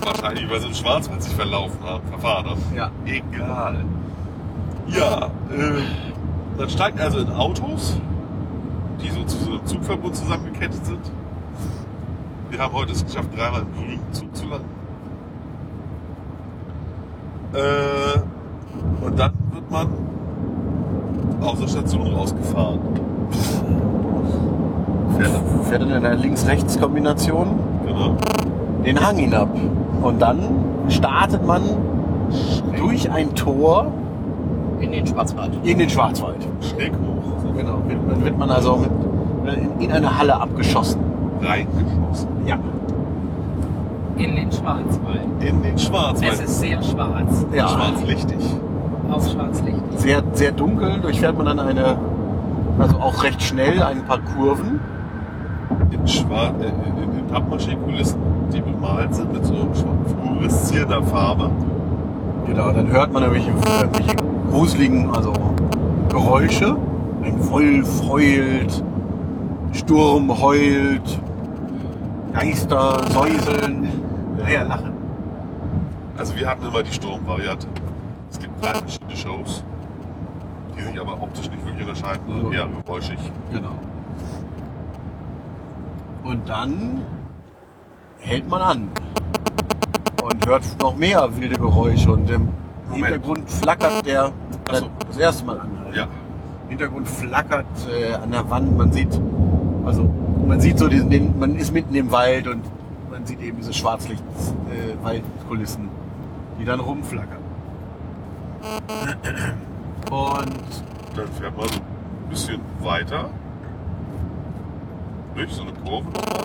Wahrscheinlich, weil sie im Schwarzwald sich verlaufen haben, verfahren haben.
Ja.
Egal. Ja, äh, dann steigt also in Autos, die so zu so einem Zugverbund zusammengekettet sind. Wir haben heute es geschafft, dreimal im grünen Zug zu landen. Äh, und dann wird man aus der Station rausgefahren. Fährt ab,
Fährt dann in einer Links-Rechts-Kombination
genau.
den Hang hinab. Und dann startet man durch ein Tor
In den Schwarzwald.
in den Schwarzwald.
Schräg hoch.
Genau. Wird, dann wird man also mit, in, in eine Halle abgeschossen.
Reingeschossen.
Ja.
In den Schwarzwald.
In den Schwarzwald.
Es ist sehr schwarz.
ja.
Schwarzlichtig.
Auf Schwarzlicht.
Sehr, sehr dunkel. Durchfährt man dann eine, also auch recht schnell ein paar Kurven.
In schwar äh, in, in Pappmaché-Kulissen, die bemalt sind mit so schwa- fluoreszierender Farbe.
Genau, dann hört man irgendwelche, irgendwelche gruseligen also Geräusche. Ein Wolf heult, Sturm heult, Geister säuseln. Ja, lachen.
Also wir hatten immer die Sturmvariante. Es gibt drei verschiedene Shows, die sich aber optisch nicht wirklich unterscheiden, sondern eher geräuschig.
Genau. Und dann hält man an und hört noch mehr wilde Geräusche und im
Moment.
Hintergrund flackert der
Ach so.
das erste Mal an.
Ja.
Im Hintergrund flackert äh, an der Wand. Man sieht, also man sieht so diesen, den, man ist mitten im Wald und man sieht eben diese Schwarzlicht-Waldkulissen, äh, Waldkulissen, die dann rumflackern. Und
Dann fährt man so ein bisschen weiter. Durch so eine Kurve nochmal.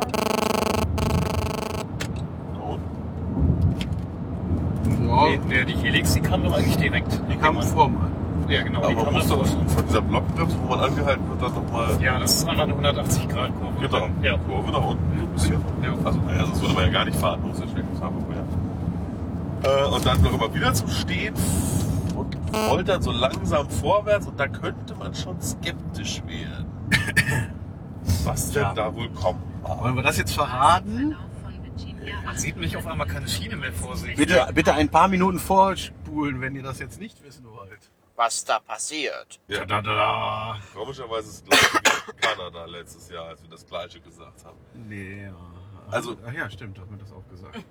Da unten. Oh.
ja,
Nee, nee, die Helix, die kam doch eigentlich direkt.
die kamen vor mir.
Ja, genau, die
Aber
kam
muss
davor.
doch von dieser Blockbremse, wo man angehalten wird, dann nochmal
Ja, das ist einmal eine 180-Grad-Kurve.
genau,
Ja.
Kurve nach unten. so Ein bisschen. Also naja, sonst würde man ja gar nicht fahren, muss ja schlechtes haben. Ja. Äh, und dann noch immer wieder zum Stehen und rollt dann so langsam vorwärts und da könnte man schon skeptisch werden. Was denn
Ja.
da wohl kommt.
Wollen wir das jetzt verraten?
Man sieht mich auf einmal keine Schiene mehr vor sich.
Bitte, bitte ein paar Minuten vorspulen, wenn ihr das jetzt nicht wissen wollt.
was da passiert.
Ja,
Da, da, da.
Komischerweise ist es gleich wie in Kanada letztes Jahr, als wir das gleiche gesagt haben.
Nee, ja.
Also-
ach ja, stimmt, hat mir das auch gesagt.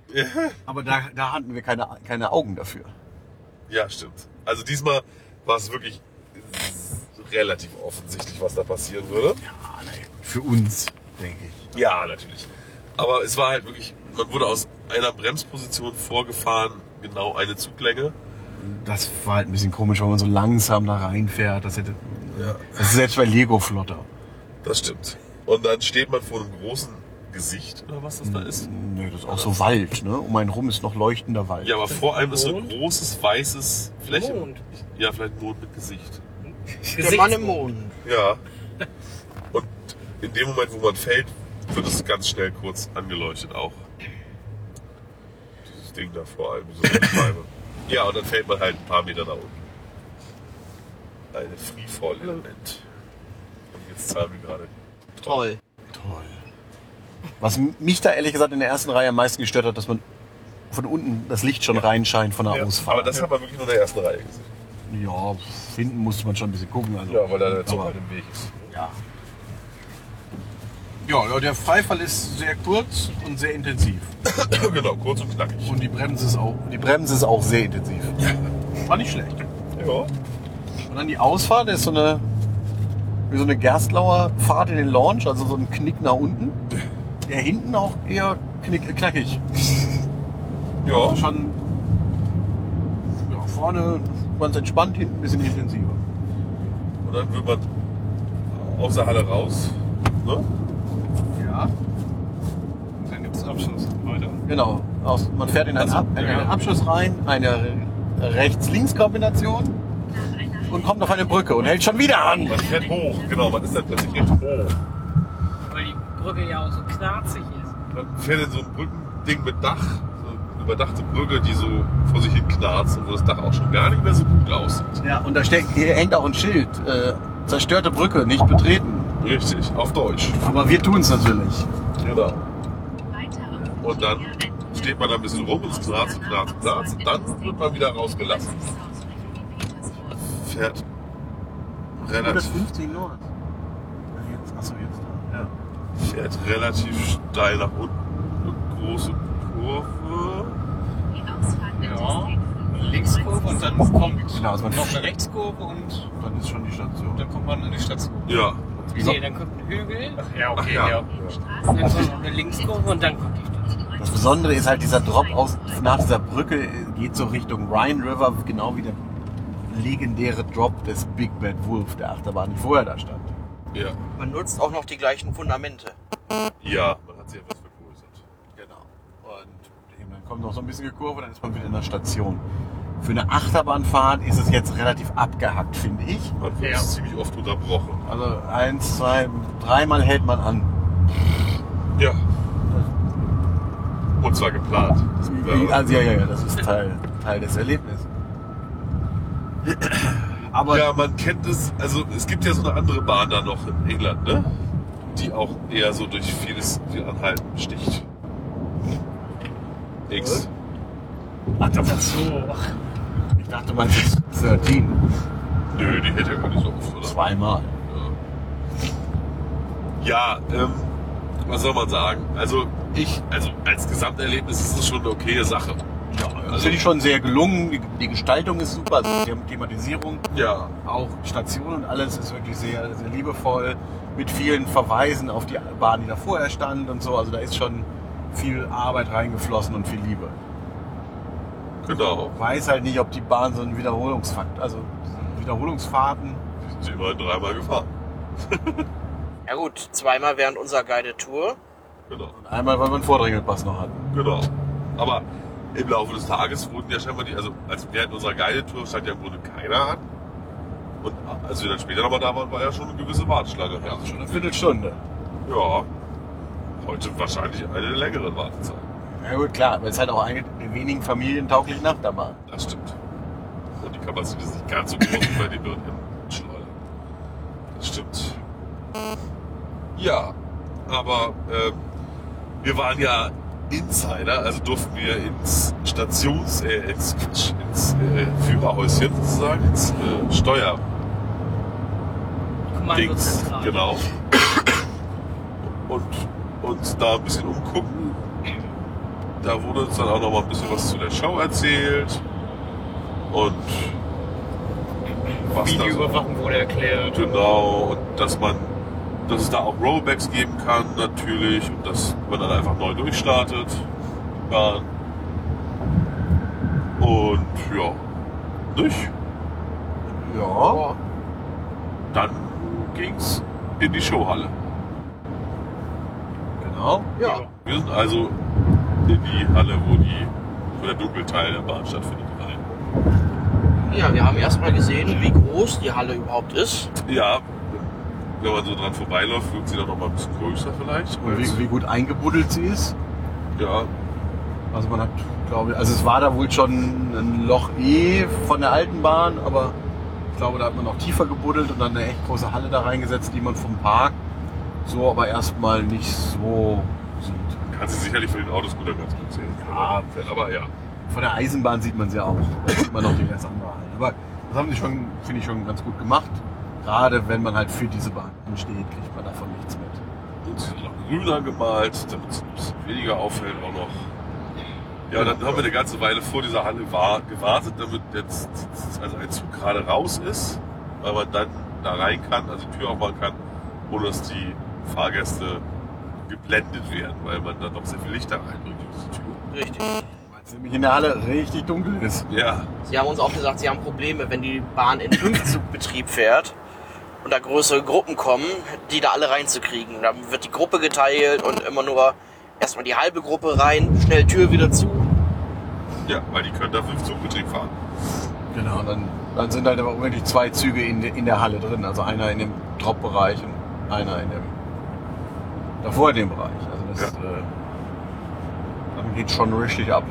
Aber da, da hatten wir keine, keine Augen dafür.
Ja, stimmt. Also diesmal war es wirklich relativ offensichtlich, was da passieren würde.
Für uns, denke ich.
Ja, natürlich. Aber es war halt wirklich, man wurde aus einer Bremsposition vorgefahren, genau eine Zuglänge.
Das war halt ein bisschen komisch, weil man so langsam da reinfährt. Das, hätte, das ist selbst bei Lego flotter.
Das stimmt. Und dann steht man vor einem großen Gesicht oder was das da ist.
Nee, das ist auch so Wald, ne? Um einen rum ist noch leuchtender Wald.
Ja, aber vor allem ist so ein
Mond?
großes weißes Fläche.
Mond.
Ja, vielleicht ein Mond mit Gesicht.
Der Mann im Mond.
Ja. Und in dem Moment, wo man fällt, wird es ganz schnell kurz angeleuchtet auch. Dieses Ding da vor allem, so eine Scheibe. Ja, und dann fällt man halt ein paar Meter nach unten. Eine Freefall-Element. Und jetzt zahlen wir gerade.
Toll.
Toll. Was m- mich da ehrlich gesagt in der ersten Reihe am meisten gestört hat, dass man von unten das Licht schon reinscheint von der Ausfahrt.
Aber das hat man wirklich nur in der ersten Reihe gesehen.
Ja, finden musste man schon ein bisschen gucken. Also,
Ja, weil da der Zug
aber-
halt im Weg ist.
ja. ja, ja, der Freifall ist sehr kurz und sehr intensiv.
[LAUGHS] genau, kurz und knackig.
Und die Bremse ist auch, die Bremse ist auch sehr intensiv. War nicht schlecht.
Ja.
Und dann die Ausfahrt ist so eine, wie so eine Gerstlauer Fahrt in den Launch, also so ein Knick nach unten. Der hinten auch eher knick, knackig.
Ja.
Also schon ja, vorne ganz entspannt, hinten ein bisschen intensiver.
Und dann wird man aus der Halle raus. Ne?
Ja.
Und dann gibt's Abschluss. Weiter.
Genau. Aus, man fährt in einen, Ab, in einen Abschuss rein, eine Rechts-Links-Kombination und kommt auf eine Brücke und hält schon wieder an.
Man fährt hoch, genau, man ist dann plötzlich echt hoch.
Weil die Brücke ja auch so knarzig ist.
Man fährt in so ein Brückending mit Dach, so eine überdachte Brücke, die so vor sich hin knarzt und wo das Dach auch schon gar nicht mehr so gut aussieht.
Ja, und da steckt, hier hängt auch ein Schild. Äh, zerstörte Brücke, nicht betreten.
Richtig, auf Deutsch.
Aber wir tun es natürlich.
Genau.
Und dann steht man da ein bisschen rum, es knarzt und knarzt und knarzt. Und dann wird man wieder rausgelassen.
Fährt relativ,
150 Nord. Achso, jetzt da. Ja.
fährt relativ steil nach unten. Eine große Kurve.
Ja. Linkskurve und dann kommt
Genau, also man-
noch eine Rechtskurve und
Dann ist schon die Station.
dann kommt man in die Station.
Ja.
Nee, dann kommt ein Hügel, dann
Ja,
Ach
okay,
ja.
ja.
kommt noch eine Linkskurve und dann kommt die Stadt.
Das Besondere ist halt dieser Drop aus, nach dieser Brücke äh, geht so Richtung Rhine River, genau wie der legendäre Drop des Big Bad Wolf, der Achterbahn, die vorher da stand.
Ja.
Man nutzt auch noch die gleichen Fundamente.
Ja, man hat sich etwas vergrößert.
Genau. Und eben, dann kommt noch so ein bisschen die Kurve, dann ist man wieder in der Station. Für eine Achterbahnfahrt ist es jetzt relativ abgehackt, finde ich.
Man wird
Ja.
ziemlich oft unterbrochen.
Also eins, zwei, dreimal hält man an.
Ja. Und zwar geplant. Das
Ja, also, ja, ja, ja, das ist Teil, Teil des Erlebnisses. Aber
Ja, man kennt es, also es gibt ja so eine andere Bahn da noch in England, ne? Die auch eher so durch vieles viel Anhalten sticht. X.
Ach, das ist so. Ach,
ich dachte, man ist 13.
Nö, die hätte ja gar nicht so oft, oder?
Zweimal.
Ja, ähm, was soll man sagen? Also ich, also als Gesamterlebnis ist es schon eine okaye Sache.
Ja, das
also-
finde ich schon sehr gelungen. Die, die Gestaltung ist super, also die Thematisierung,
Ja.
auch Stationen und alles ist wirklich sehr, sehr liebevoll. Mit vielen Verweisen auf die Bahn, die da vorher stand und so. Also da ist schon viel Arbeit reingeflossen und viel Liebe.
Genau.
Weiß halt nicht, ob die Bahn so ein Wiederholungsfakt, also so Wiederholungsfahrten.
Sind sie immerhin dreimal gefahren.
Ja gut, zweimal während unserer Guided Tour.
Genau.
Einmal, weil wir einen Vordringelpass noch hatten.
Genau. Aber im Laufe des Tages wurden ja scheinbar die, also als während unserer Guided-Tour stand ja im Grunde keiner an. Und als wir dann später nochmal da waren, war ja schon eine gewisse Warteschlange. Ja, schon
also Eine Viertelstunde.
ja. Heute wahrscheinlich eine längere Wartezeit.
Ja gut, klar, aber es ist halt auch eine der wenigen familientauglichen Nachbarbahn.
Das stimmt. Und die Kapazität ist nicht ganz so groß wie bei den Birnenschleudern. Das stimmt. Ja, aber ähm, wir waren ja Insider, also durften wir ins Stations-, äh, ins, Quatsch, ins äh, Führerhäuschen sozusagen, ins äh, Steuer. Dings,
Kommandozentral.
genau. Und uns da ein bisschen umgucken. Da wurde uns dann auch noch mal ein bisschen was zu der Show erzählt. Und was da so,
Videoüberwachung wurde erklärt.
genau. Und dass man, dass es da auch Rollbacks geben kann, natürlich. Und dass man dann einfach neu durchstartet. die Bahn. Und ja, nicht?
Ja.
Dann ging's in die Showhalle.
Genau. Ja.
Wir sind also in die Halle, wo die wo der Dunkelteil der Bahn stattfindet. rein.
Ja, wir haben erstmal gesehen, wie groß die Halle überhaupt ist.
Ja, wenn man so dran vorbeiläuft, wirkt sie dann noch mal ein bisschen größer vielleicht.
Und wie,
als-
wie gut eingebuddelt sie ist.
ja,
Also man hat, glaube ich, also es war da wohl schon ein Loch eh von der alten Bahn, aber ich glaube, da hat man auch tiefer gebuddelt und dann eine echt große Halle da reingesetzt, die man vom Park so aber erstmal nicht so sieht.
kann sie sicherlich für den Autoscooter ganz gut sehen.
Ja,
aber ja.
Von der Eisenbahn sieht man sie auch. Da sieht man auch die ganz andere Halle. Aber das haben sie schon, finde ich, schon ganz gut gemacht. Gerade wenn man halt für diese Bahn steht, kriegt man davon nichts mit.
Und sie sind noch grüner gemalt, damit es ein bisschen weniger auffällt auch noch. Ja, dann haben wir eine ganze Weile vor dieser Halle war, gewartet, damit jetzt also ein Zug gerade raus ist, weil man dann da rein kann, also die Tür aufmachen kann, ohne dass die Fahrgäste geblendet werden, weil man dann doch sehr viel Licht da reinbringt durch diese Tür.
Richtig.
Weil es nämlich in der Halle richtig dunkel ist.
Ja,
Sie haben uns auch gesagt, sie haben Probleme, wenn die Bahn in Fünfzugbetrieb fährt und da größere Gruppen kommen, die da alle reinzukriegen. Dann wird die Gruppe geteilt und immer nur erstmal die halbe Gruppe rein, schnell Tür wieder zu.
ja, weil die können da fünf Zugbetrieb fahren.
Genau, dann, dann sind halt aber auch wirklich zwei Züge in, de- in der Halle drin. Also einer in dem Drop-Bereich und einer in dem davor in dem Bereich. Also das äh, dann geht schon richtig ab.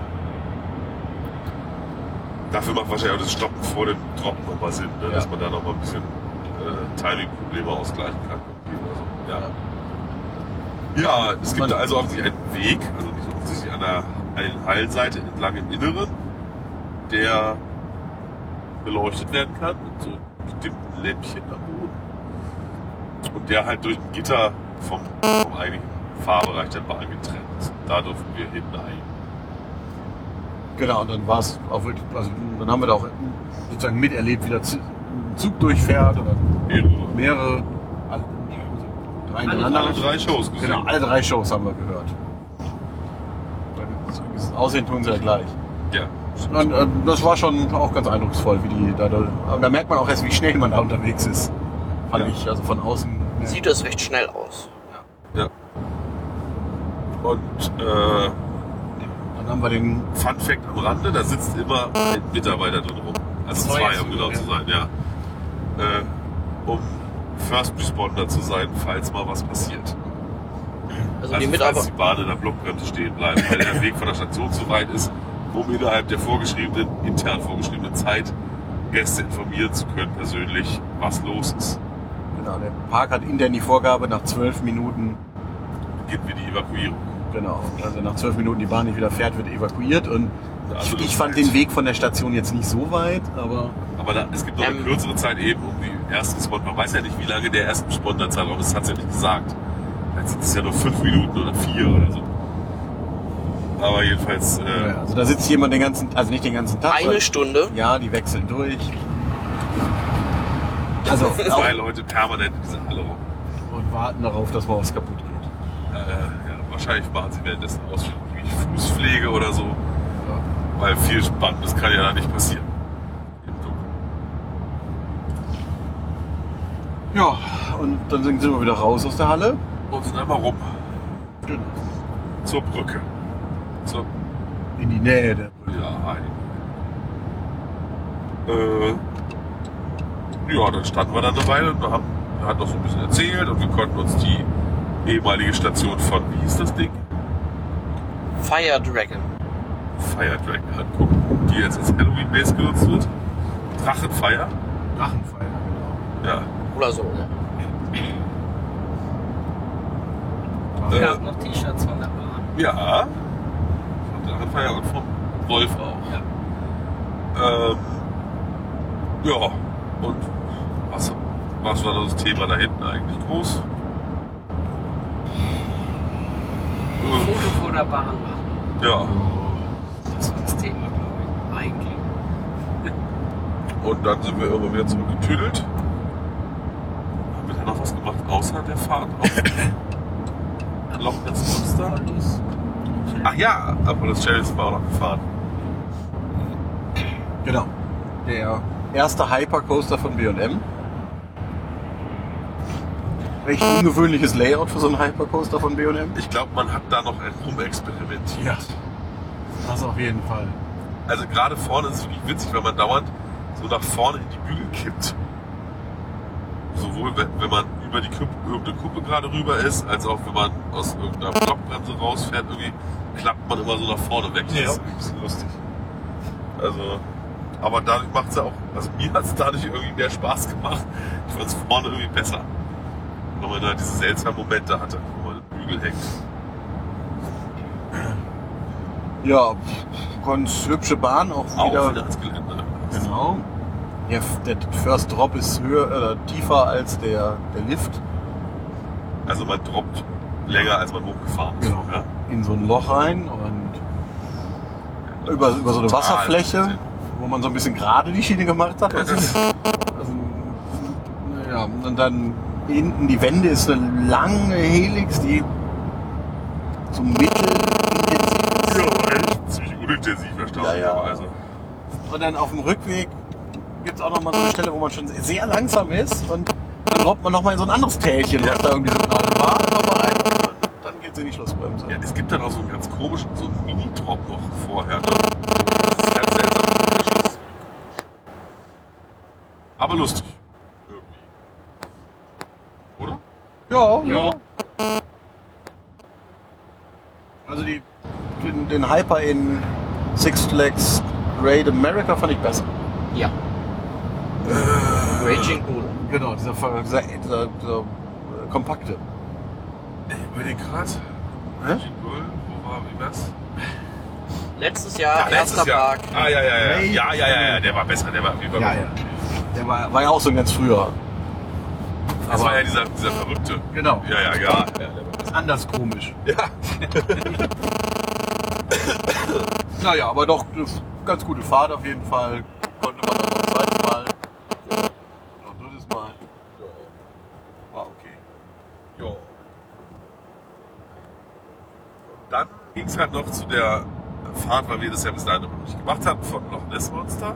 Dafür macht wahrscheinlich auch das Stoppen vor dem Drop nochmal Sinn, ne? dass man da nochmal ein bisschen äh, Timing-Probleme ausgleichen kann. Ja. ja, es gibt
Man-
da also offensichtlich einen Weg, also nicht offensichtlich an der einen Hallseite entlang im Inneren, der beleuchtet werden kann mit so bestimmten Lämpchen am Boden. Und der halt durch ein Gitter vom, vom eigentlichen Fahrbereich der Bahn getrennt ist. Da durften wir hinein.
Genau, und dann war es auch wirklich, also dann haben wir da auch sozusagen miterlebt, wie der Zug- ein Zug durchfährt oder
Mehrere.
mehrere, also drei
Alle
hintereinander.
drei Shows gesehen.
Genau, alle drei Shows haben wir gehört. Das Aussehen tun sie ja gleich.
Ja.
Und, äh, das war schon auch ganz eindrucksvoll, wie die da, da, aber da merkt man auch erst, wie schnell man da unterwegs ist. Fand
Ja.
ich, also von außen. ja.
Sieht das recht schnell aus.
Und äh,
Dann haben wir den,
Fun Fact am Rande, da sitzt immer ein Mitarbeiter drin rum. Also
Zwei,
zwei, um genau zu sein, ja. Äh, um First Responder zu sein, falls mal was passiert.
Also, die
Also falls
Mitarbeiter.
die Bahn in der Blockbremse stehen bleiben, weil der Weg von der Station zu weit ist, um innerhalb der vorgeschriebenen, intern vorgeschriebenen Zeit Gäste informieren zu können, persönlich, was los ist.
Genau, der Park hat intern die Vorgabe, nach zwölf Minuten,
Beginnen wir die Evakuierung.
genau, also nach zwölf Minuten die Bahn nicht wieder fährt, wird evakuiert. Und
Also
ich,
das
ich fand
heißt-
den Weg von der Station jetzt nicht so weit, aber
Aber da, es gibt noch eine
Ähm.
kürzere Zeit eben um die ersten Spot. Man weiß ja nicht, wie lange der erste Spontanzeitraum ist, das hat's ja nicht gesagt. Jetzt sind es ja nur fünf Minuten oder vier oder so. Aber jedenfalls, äh,
ja, also da sitzt jemand den ganzen, also nicht den ganzen Tag.
Eine Stunde.
sondern- ja, die wechseln durch. Also auch,
zwei Leute permanent in dieser Halle rum.
und warten darauf, dass mal was kaputt geht.
Äh, ja, wahrscheinlich machen sie währenddessen Ausflüge wie Fußpflege oder so. Weil viel Spannendes kann ja da nicht passieren. Im Dunkeln.
Ja, und dann sind sind wir wieder raus aus der Halle.
Und sind einmal rum
Genau.
zur Brücke. Zur,
In die Nähe der
ja, hi. Äh, ja, dann standen wir da eine Weile und wir haben, er hat noch so ein bisschen erzählt und wir konnten uns die ehemalige Station von, wie hieß das Ding?
Fire Dragon.
Fire Dragon angucken, die jetzt als Halloween-Base genutzt wird. Drachenfeier.
Drachenfeier. genau.
Ja.
Oder so, ne?
Wir
Äh,
haben noch T-Shirts von der Bahn.
Ja. Vom Drachenfeier und vom Wolf auch. Ja. Ähm, ja. Und was, was war das Thema da hinten eigentlich groß?
Ein Foto von der Bahn machen.
Äh, Ja.
Das war das Thema, glaube ich. Eigentlich.
Und dann sind wir irgendwann wieder zurückgetüdelt. Haben wir da noch was gemacht außer der Fahrt auf Loch ins Monster? Ach ja, Apollos Challenge war auch noch gefahren.
Genau. Der erste Hypercoaster von BM. Recht ungewöhnliches Layout für so einen Hypercoaster von BM.
Ich glaube, man hat da noch rumexperimentiert.
Das auf jeden Fall.
Also gerade vorne ist es wirklich witzig, wenn man dauernd so nach vorne in die Bügel kippt. Sowohl wenn, wenn man über die Kuppe, irgendeine Kuppe gerade rüber ist, als auch wenn man aus irgendeiner Blockbremse rausfährt, irgendwie klappt man immer so nach vorne weg. Das
Ja.
ist ein bisschen lustig. Also, aber dadurch macht es ja auch, also mir hat es dadurch irgendwie mehr Spaß gemacht. Ich fand es vorne irgendwie besser. Weil man da diese seltsamen Momente hatte, wo man im Bügel hängt.
Ja, ganz hübsche Bahn auch
Auch
wieder.
wieder ans Gelände.
Genau. Der, der First Drop ist höher, äh, tiefer als der, der Lift
Also man droppt länger, als man hochgefahren ist.
Genau.
Ja?
in so ein Loch rein und über, über so eine Wasserfläche, wo man so ein bisschen gerade die Schiene gemacht hat. Also, also, naja, und dann hinten die Wände ist eine lange Helix, die so mittel.
Ja, echt ziemlich unintensiv erstaunlich.
Ja, ja.
aber Also,
Und dann auf dem Rückweg gibt es auch nochmal so eine Stelle, wo man schon sehr langsam ist und dann droppt man nochmal in so ein anderes Tälchen, was da irgendwie so gerade war. nochmal rein und Dann geht's in die Schlussbremse.
ja, es gibt dann auch so einen ganz komischen, so einen Mini-Drop noch vorher. Ne? Das ist ganz seltsam. Aber lustig. Irgendwie. Oder?
Ja,
Ja.
Also die, den, den Hyper in Six Flags Great America fand ich besser.
Ja. Raging Bull.
Genau, dieser, ver- dieser, dieser, dieser äh, kompakte.
Ey, überleg grad.
Hä?
Magic Girl, wo war, wie war's?
Letztes Jahr,
letztes
erster
Jahr.
Park.
Ah, ja, ja, ja.
Nee.
Ja, ja, ja, ja, der war besser, der war über.
Der war, war ja auch so ein ganz früher.
Das war ja dieser, dieser Verrückte.
Genau.
Ja, ja, ja. ja der war besser.
Anders komisch.
Ja.
[LAUGHS] Naja, aber doch eine ganz gute Fahrt auf jeden Fall. Konnte man auch beim zweiten Mal. Noch drittes Mal.
War okay. Jo. Dann ging es halt noch zu der Fahrt, weil wir das ja bis dahin noch nicht gemacht haben, von Loch Ness Monster.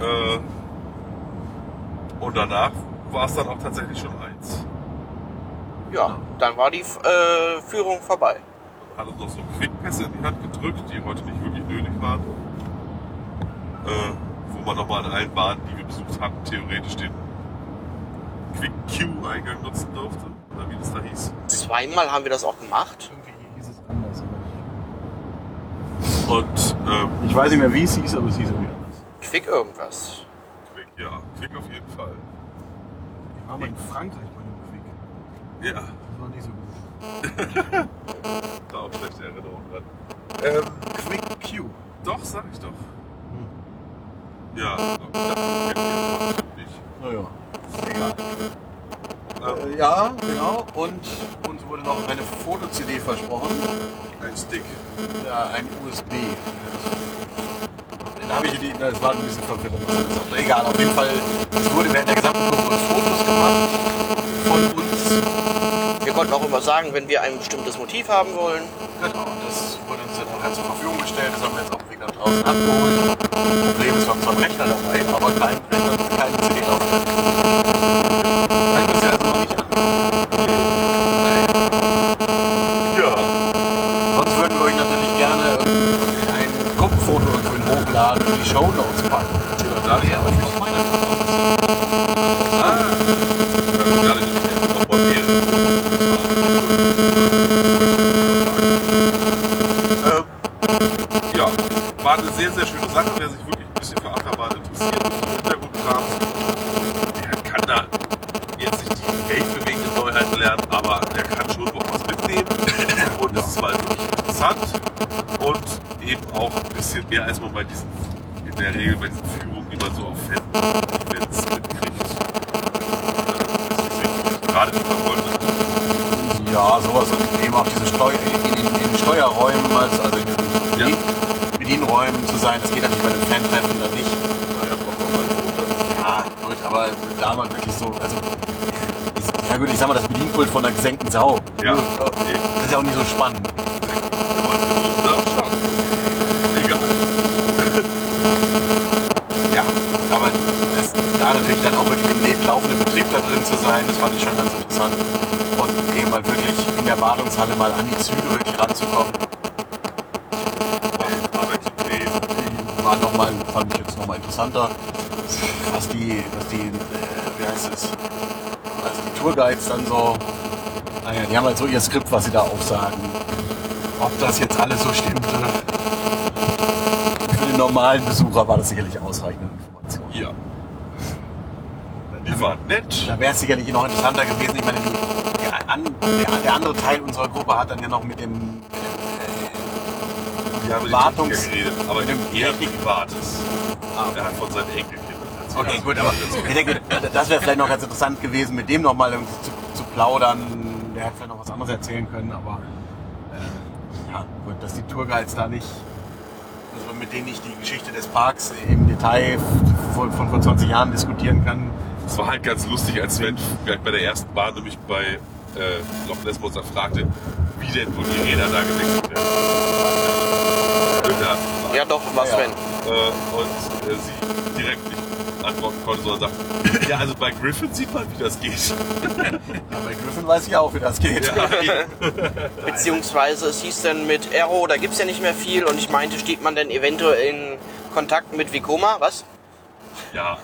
Äh, und danach war es dann auch tatsächlich schon eins.
Ja, dann war die äh, Führung vorbei.
Hat uns noch so Quickpässe in die Hand gedrückt, die heute nicht wirklich nötig waren. Äh, wo man nochmal an allen Bahnen, die wir besucht hatten, theoretisch den Quick-Q-Eingang nutzen durfte. Oder wie das da hieß.
Zweimal haben wir das auch gemacht.
Irgendwie hieß es anders.
Und ähm,
Ich weiß nicht mehr, wie es hieß, aber es hieß irgendwie anders.
Quick irgendwas.
Quick, ja, Quick auf jeden Fall.
Wir waren mal in Frankreich bei dem Quick.
Ja,
Das war nicht so gut.
[LAUGHS] da auch schlechte Erinnerungen dran. Ähm,
Quick Q.
doch, sag ich doch.
Hm.
Ja, ich dachte, ich kenne die nicht.
Naja.
Ähm,
Äh, ja, genau. Und uns wurde noch eine Foto-CD versprochen.
ein Stick.
Ja, ein USB. Dann habe ich die, das war ein bisschen verwirrend. Das ist auch Egal, auf jeden Fall, es wurde während der gesamten Kurve Fotos gemacht von uns.
Wir konnten auch immer sagen, wenn wir ein bestimmtes Motiv haben wollen.
Genau, das wurde uns dann nachher zur Verfügung gestellt. Das haben wir jetzt auf dem Weg nach draußen abgeholt. Das Problem ist, wir haben zwar einen Rechner dabei, aber keinen Rechner, keinen CD drauf. Nein, das ist ja also noch nicht an. Ja. Sonst würden wir euch natürlich gerne ein Gruppenfoto irgendwo hochladen und die Shownotes packen.
Da ja, aber ich meine Ah, ich habe gerade nicht mehr. Aber wir- Ja, war eine sehr, sehr schöne Sache. Wer sich wirklich ein bisschen für Achterbahn interessiert und für Hintergrundkram, der kann da jetzt nicht die weltbewegende Neuheit lernen, aber der kann schon noch was mitnehmen. Und es ist mal wirklich interessant und eben auch ein bisschen mehr als man bei diesen, in der Regel bei diesen Führungen, die man so auf Fan-Events mitkriegt. Äh, Gerade die Verfolgung.
Ja, sowas. Und eben auch diese Steu in, in, in den Steuerräumen, als- also in den
Ja.
Bedien Bedienräumen zu sein. Das geht natürlich bei den Fan-Treffen dann nicht. Ja, gut, aber da mal wirklich so, also, ich- ja gut, ich sag mal, das Bedienpult von einer gesenkten Sau.
Ja.
Das ist ja auch nicht so spannend. Ja, aber das, da natürlich dann auch wirklich im neben- laufenden Betrieb da drin zu sein, das fand ich schon ganz interessant. Und eben mal wirklich in der Wartungshalle mal an die Züge wirklich ranzukommen, war noch mal, fand ich jetzt nochmal interessanter, was die, was die, äh, wie heißt es, also die Tourguides dann so, naja, die haben halt so ihr Skript, was sie da aufsagen. Ob das jetzt alles so stimmt, äh, für den normalen Besucher war das sicherlich ausreichende Information.
Ja. Die waren nett.
Da wäre es sicherlich noch interessanter gewesen. Ich meine, die, der, an, der, der andere Teil unserer Gruppe hat dann ja noch mit dem, mit dem
Wir haben
äh,
mit
Wartungs...
Wartungs geredet, aber
mit dem
er
Technik-
privat ist.
Ah,
Er hat von seinen Enkelkindern erzählt.
Okay, gut, aber ich denke, das wäre vielleicht noch ganz interessant gewesen, mit dem nochmal zu, zu plaudern. Der hätte vielleicht noch was anderes erzählen können, aber äh, ja, gut, dass die Tourguides da nicht, dass man mit denen nicht die Geschichte des Parks im Detail von, von vor 20 Jahren diskutieren kann.
Es war halt ganz lustig, als Sven gleich bei der ersten Bahn nämlich bei äh, Loch Lesbos dann fragte, wie denn wohl die Räder da gewechselt werden. Ja,
Ja doch, was
Ja, ja.
wenn?
äh, und äh, sie direkt nicht antworten konnte, sondern sagte, [CLEARS THROAT] ja, also bei Griffin sieht man, wie das geht. [LAUGHS]
Ja, bei Griffin weiß ich auch, wie das geht.
Beziehungsweise es hieß dann mit Aero, da gibt's ja nicht mehr viel und ich meinte, steht man denn eventuell in Kontakt mit Vicoma, was?
ja.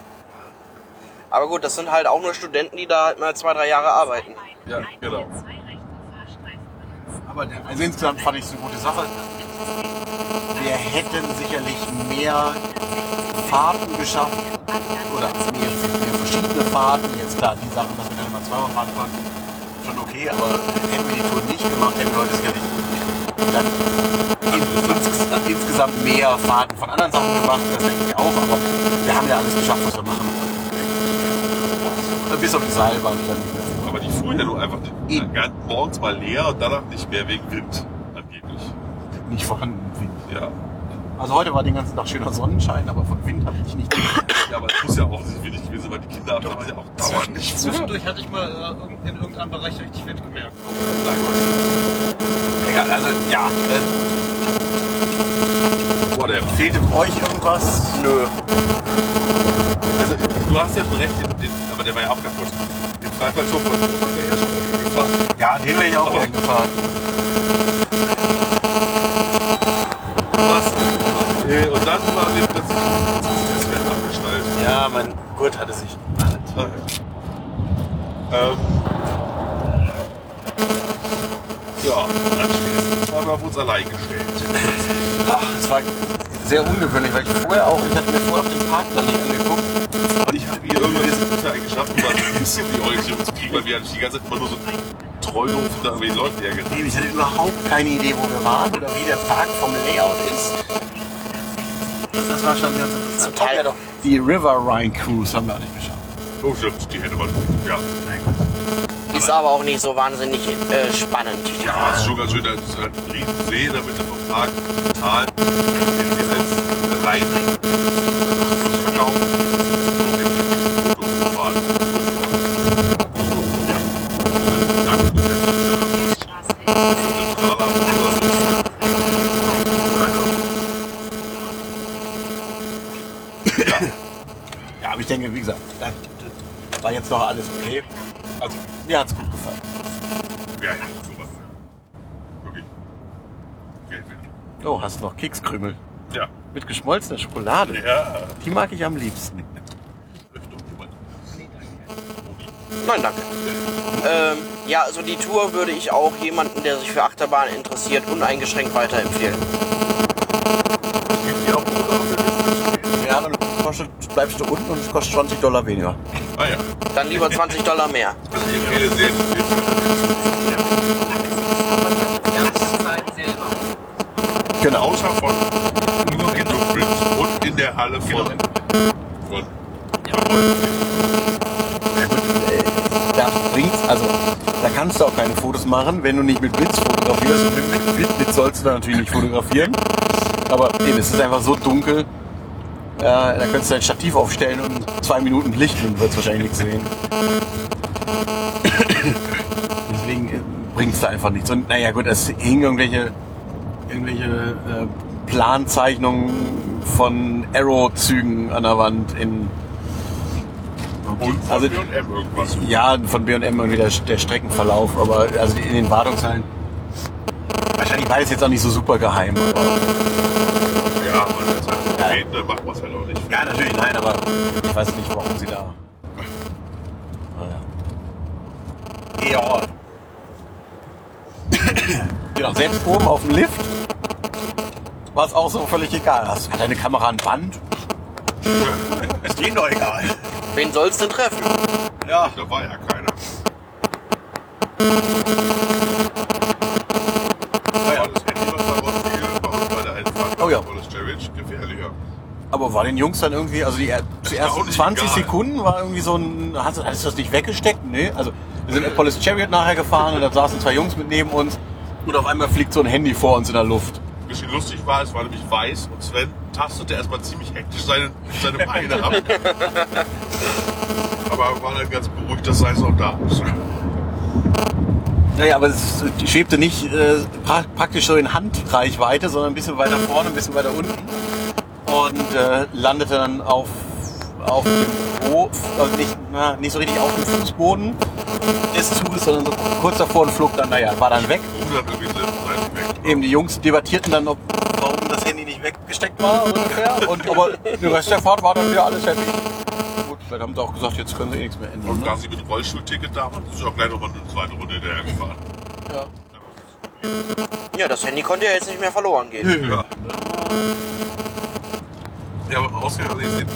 Aber gut, das sind halt auch nur Studenten, die da halt mal zwei, drei Jahre arbeiten.
Ja, genau.
Aber der, also insgesamt fand ich es eine gute Sache. Wir hätten sicherlich mehr Fahrten geschafft oder mehr, mehr verschiedene Fahrten. Jetzt klar, die Sachen, dass wir dann immer zweimal fahren konnten, schon okay, aber hätten wir die Tour nicht gemacht, hätten wir heute sicherlich dann insgesamt, insgesamt mehr Fahrten von anderen Sachen gemacht. Das denke ich auch, aber wir haben ja alles geschafft, was wir machen wollten. Bis auf die Seilbahn. die dann nicht mehr fuhr.
Aber die fuhren ja nur einfach
Eben.
ganz morgens mal leer und danach nicht mehr wegen Wind, angeblich.
Nicht vorhanden, finde ich.
Ja.
Also heute war den ganzen Tag schöner Sonnenschein, aber von Wind habe ich nicht.
Ja, aber es muss ja auch nicht wenig gewesen, sein, weil die Kinder haben ja auch dauernd nichts
Zwischendurch hatte ich mal äh, irgend- in irgendeinem Bereich richtig Wind gemerkt.
Egal, also ja. Äh,
ne? Whatever.
fehlt euch irgendwas? Nö.
Also, du hast ja schon recht, den, den, aber der war ja auch kaputt. Den Freifallturm von der ja schon gefahren.
Ja, den wäre ich auch
Aber-
gern gefahren.
Was? Äh, Und dann war mir plötzlich das Feld abgeschnallt.
Ja, mein Gurt hatte sich.
Ähm, auf uns allein gestellt.
Das war sehr ungewöhnlich, weil ich vorher auch, ich hatte mir vorher auch den Park da nicht angeguckt.
Und ich habe hier irgendwann jetzt gute Eigenschaften, weil ich ein bisschen die Orientierungskrieg, weil wir eigentlich die ganze Zeit immer nur so Treulofen da irgendwie Leute hergeht.
Ich hatte überhaupt keine Idee, wo wir waren oder wie der Park vom Layout ist.
Das war schon ganz interessant.
Haben wir doch Die River Rhine Cruise haben wir auch nicht geschafft.
Oh stimmt, die hätte man. Ja,
Ist aber auch nicht so wahnsinnig äh, spannend.
ja es ist schon ganz schön, da ist halt ein riesen See in der Mitte vom Park, ein Tal, den wir als Rhein verkaufen.
Ja, aber ich denke, wie gesagt, das das war jetzt noch alles okay. Also, mir hat's gut gefallen.
Ja, ja, sowas. Wirklich. Geld wert.
Oh, hast du noch Kekskrümel?
Ja.
Mit geschmolzener Schokolade.
Ja.
Die mag ich am liebsten.
Nein, danke. Ähm, ja, also die Tour würde ich auch jemanden, der sich für Achterbahn interessiert, uneingeschränkt weiterempfehlen.
Ja, dann kostet, bleibst du unten und es kostet 20 Dollar weniger.
Ah ja,
Dann lieber 20 Dollar mehr.
also ich empfehle sehr die
Die ganze Zeit selber.
Genau.
Außer von nur in der Prince und in der Halle
Genau.
von. von
Da bringt's, also, da kannst du auch keine Fotos machen, wenn du nicht mit Blitz fotografierst. Und mit- mit Blitz, Blitz sollst du da natürlich nicht fotografieren. Aber eben, es ist einfach so dunkel. Äh, da könntest du ein Stativ aufstellen und zwei Minuten Licht und wirst wahrscheinlich nichts sehen. Deswegen äh, bringt's da einfach nichts. Und naja, gut, es hingen irgendwelche, irgendwelche äh, Planzeichnungen von Arrow-Zügen an der Wand in
und von
Also-
B&M irgendwas.
ja, von B&M irgendwie der, der Streckenverlauf, aber also in den Wartungshallen. Wahrscheinlich war das jetzt auch nicht so super geheim. Aber
Ja, aber das ist halt okay, dann macht man es halt auch nicht.
ja, natürlich, ne? nein, aber ich weiß nicht, warum sie da. Naja. Ja. genau, selbst oben auf dem Lift war es auch so völlig egal. Hast hat deine Kamera an Band? Ist denen doch egal.
Wen soll's denn treffen?
Ja.
Da war ja keiner.
Oh
Aber das Handy, was da rausgegangen war, und bei der Einfahrt
Oh ja.
war das Challenge gefährlicher.
Aber war den Jungs dann irgendwie, also die, er- die ersten
Erstaunlich
20
egal.
Sekunden war irgendwie so ein, hast, du- hast du das nicht weggesteckt? Nee, also wir sind Apollos Chariot nachher gefahren und da saßen zwei Jungs mit neben uns und auf einmal fliegt so ein Handy vor uns in der Luft.
Ein bisschen lustig war, es war nämlich weiß und Sven tastete erstmal ziemlich hektisch seine, seine Beine
[LAUGHS]
ab. Aber war dann ganz beruhigt, dass sei es auch da.
Naja, aber es die schwebte nicht äh, pra praktisch so in Handreichweite, sondern ein bisschen weiter vorne, ein bisschen weiter unten und äh, landete dann auf, auf dem Hof, also nicht, na, nicht so richtig auf dem Fußboden des Zuges, sondern so kurz davor und flog dann, naja, war dann weg.
Bruder irgendwie sind seinen weg.
Eben, die Jungs debattierten dann, ob, warum das Handy nicht weggesteckt war so ungefähr. Und, aber der Rest der Fahrt war dann wieder alles happy. Gut, dann haben sie auch gesagt, jetzt können sie eh nichts mehr ändern.
Und da
Ne?
sie mit Rollstuhlticket da waren, ist auch gleich nochmal eine zweite Runde hinterher gefahren.
Ja, das Handy konnte ja jetzt nicht mehr verloren gehen.
Ja. Ja, aber ausgerechnet ich den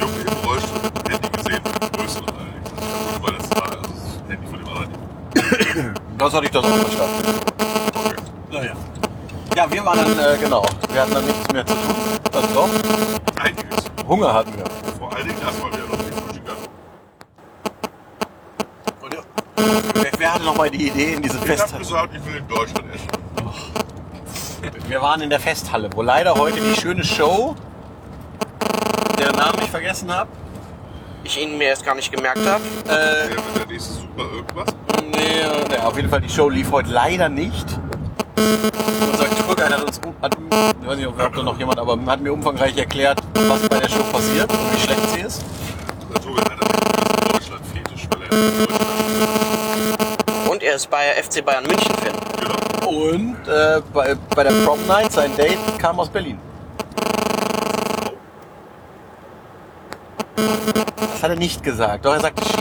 Jungen im Rollstuhl mit dem Handy gesehen. Größeren allerdings. Das war, das war also das Handy von dem anderen.
Das hatte ich das auch verstanden.
Okay.
Naja. Ja, wir waren dann, äh, genau, wir hatten dann nichts mehr zu tun. Also doch,
Einiges.
Hunger hatten wir.
Vor allen Dingen das war wieder noch nicht frühstück an.
Und, ja, wer, wer hatte nochmal die Idee in diese
Oh Ich hab
Festhalle?
gesagt, ich will in Deutschland essen.
Wir waren in der Festhalle, wo leider heute die schöne Show, deren Namen ich vergessen habe,
Ich ihn mir erst gar nicht gemerkt habe.
äh,
Ja, wenn der nächste Super irgendwas.
Nee, äh, naja, auf jeden Fall, die Show lief heute leider nicht. Unser Tourguide hat uns, hat, ich weiß nicht, ob da noch jemand, aber hat mir umfangreich erklärt, was bei der Show passiert und wie schlecht sie ist.
Der Tobi hat einen Deutschland-Fetisch, weil er in Deutschland
Und er ist bei FC Bayern München Fan.
Genau.
Und äh, bei, bei der Prom Night, sein Date, kam aus Berlin. Das hat er nicht gesagt, doch er sagte Ski.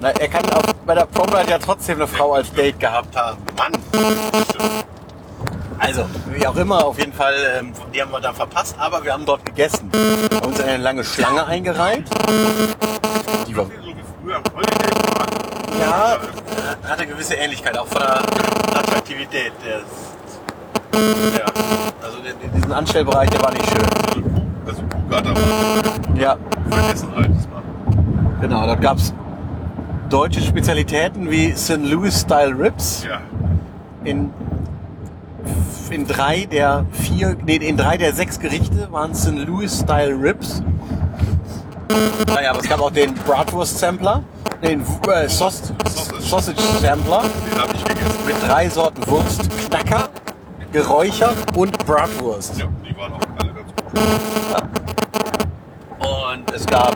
Na, er kann auf, bei der Prom Night halt ja trotzdem eine Frau als Date gehabt haben. Mann! Also, wie auch immer, auf jeden Fall, ähm, die haben wir dann verpasst, aber wir haben dort gegessen. Wir haben uns in eine lange Schlange eingereiht. Die war,
So wie früher am Holiday Park.
ja, äh, hatte gewisse Ähnlichkeit, auch von der Attraktivität. Des, ja, also den- den- diesen Anstellbereich, der war nicht schön.
Also Kuh- Also Kuhgatter war
Ja,
vergessen halt das mal.
genau, dort gab es deutsche Spezialitäten wie St. Louis-Style Ribs.
Ja.
in, in drei der vier, nee, in drei der sechs Gerichte waren St. Louis Style Ribs. Naja, aber es gab auch den Bratwurst Sampler, den äh, Saus- Sausage Sampler
Den habe ich gegessen.
mit drei Sorten Wurst, Knacker, geräuchert und Bratwurst.
Ja, die waren auch alle ganz gut.
Und es gab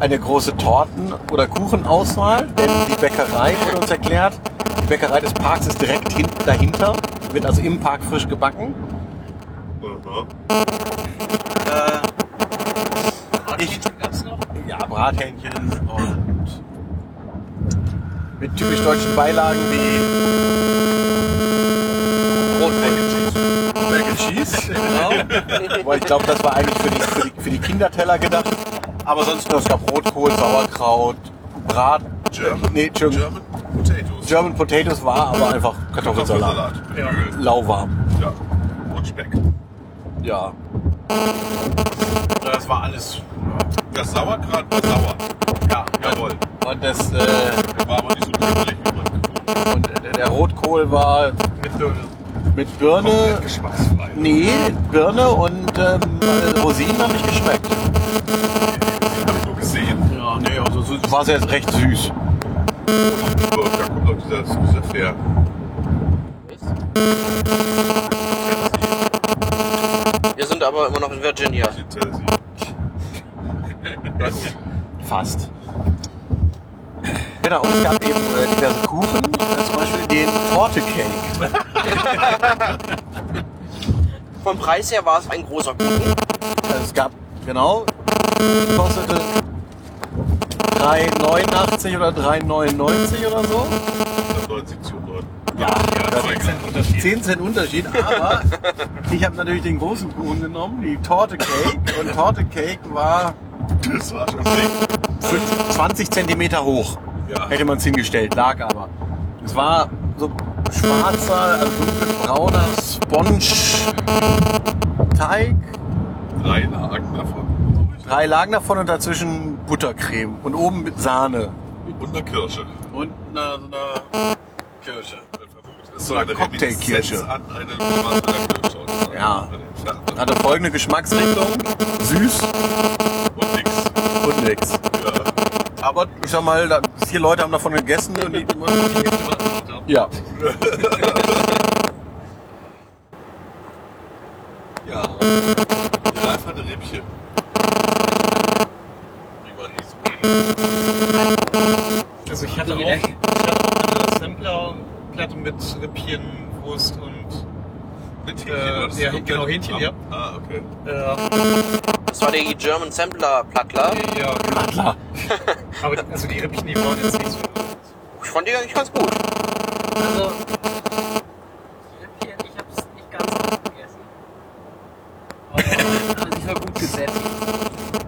eine große Torten- oder Kuchenauswahl, denn die Bäckerei wurde uns erklärt. Die Bäckerei des Parks ist direkt hinten dahinter, wird also im Park frisch gebacken.
Mhm.
Bratwurst gab's noch? Ja, Brathähnchen und mit typisch deutschen Beilagen wie
Brot Mac
Mac Cheese. [LAUGHS] Genau. Aber ich glaube, das war eigentlich für die, für, die, für die Kinderteller gedacht. Aber sonst nur, es gab Rotkohl, Sauerkraut, Brat,
German,
Nee, German-
German Potatoes.
German Potatoes war aber einfach Kartoffelsalat.
Kartoffelsalat. Ja.
Lauwarm.
ja. Und Speck.
Ja. Das war alles.
Das Sauerkraut war sauer. Ja, jawohl.
Und, das, äh,
War aber nicht so körperlich wie man gefunden
und der- der Rotkohl war
Mit Döner.
mit Birne.
Komplett geschmacksfrei.
Nee, Birne und ähm, äh, Rosinen haben nicht geschmeckt.
Hab ich nur gesehen.
Ja, nee, also es war sehr recht süß.
So, Da kommt auch dieser, dieser Fair.
Wir sind aber immer noch in Virginia.
Die Tennessee. Ja, gut.
Fast. Genau, und es gab eben äh, diverse Kuchen, äh, zum Beispiel den Torte Cake.
Vom Preis her war es ein großer Kuchen.
Also es gab, genau, kostete 3,89 oder 3,99 oder so.
90 zu 9.
Ja,
Ja,
das
zwei
ist
Cent.
10 Cent Unterschied, aber ich habe natürlich den großen Kuchen genommen, die Torte Cake. Und Torte Cake war
Das war schon sick.
fünf- 20 Zentimeter hoch.
Ja.
Hätte man es hingestellt, lag aber. Es war so schwarzer, also dunkelbrauner Sponge-Teig.
Drei Lagen davon. glaub
Drei Lagen davon und dazwischen Buttercreme. Und oben mit Sahne.
ich. Und eine Kirsche.
Und na, so eine Kirsche.
Das so
Eine Cocktailkirsche.
an eine Schwarze Kirsche. Und
Ja.
eine-
Hatte folgende Geschmacksrichtung. Süß
Und nix.
und nix.
Ja.
Aber ich sag mal, da, vier Leute haben davon gegessen und die...
Ja.
Ja.
Ja, einfach eine Rippchen. Die waren nicht so gut.
Also ich hatte auch, ich hatte auch eine Sampler-Platte mit Rippchen, Wurst und
Mit Hähnchen,
Äh,
war das
ja,
komplett
genau, Hähnchen,
am-
ja.
Ah, okay.
äh,
Das war der German Sampler Plattler.
ja.
Klar.
[LAUGHS] Aber die- also die Rippchen, die waren jetzt nicht so gut.
Ich fand die eigentlich ganz gut.
Also, Rippchen, ich hab's nicht ganz aufgegessen. Aber also ich war gut gesättigt.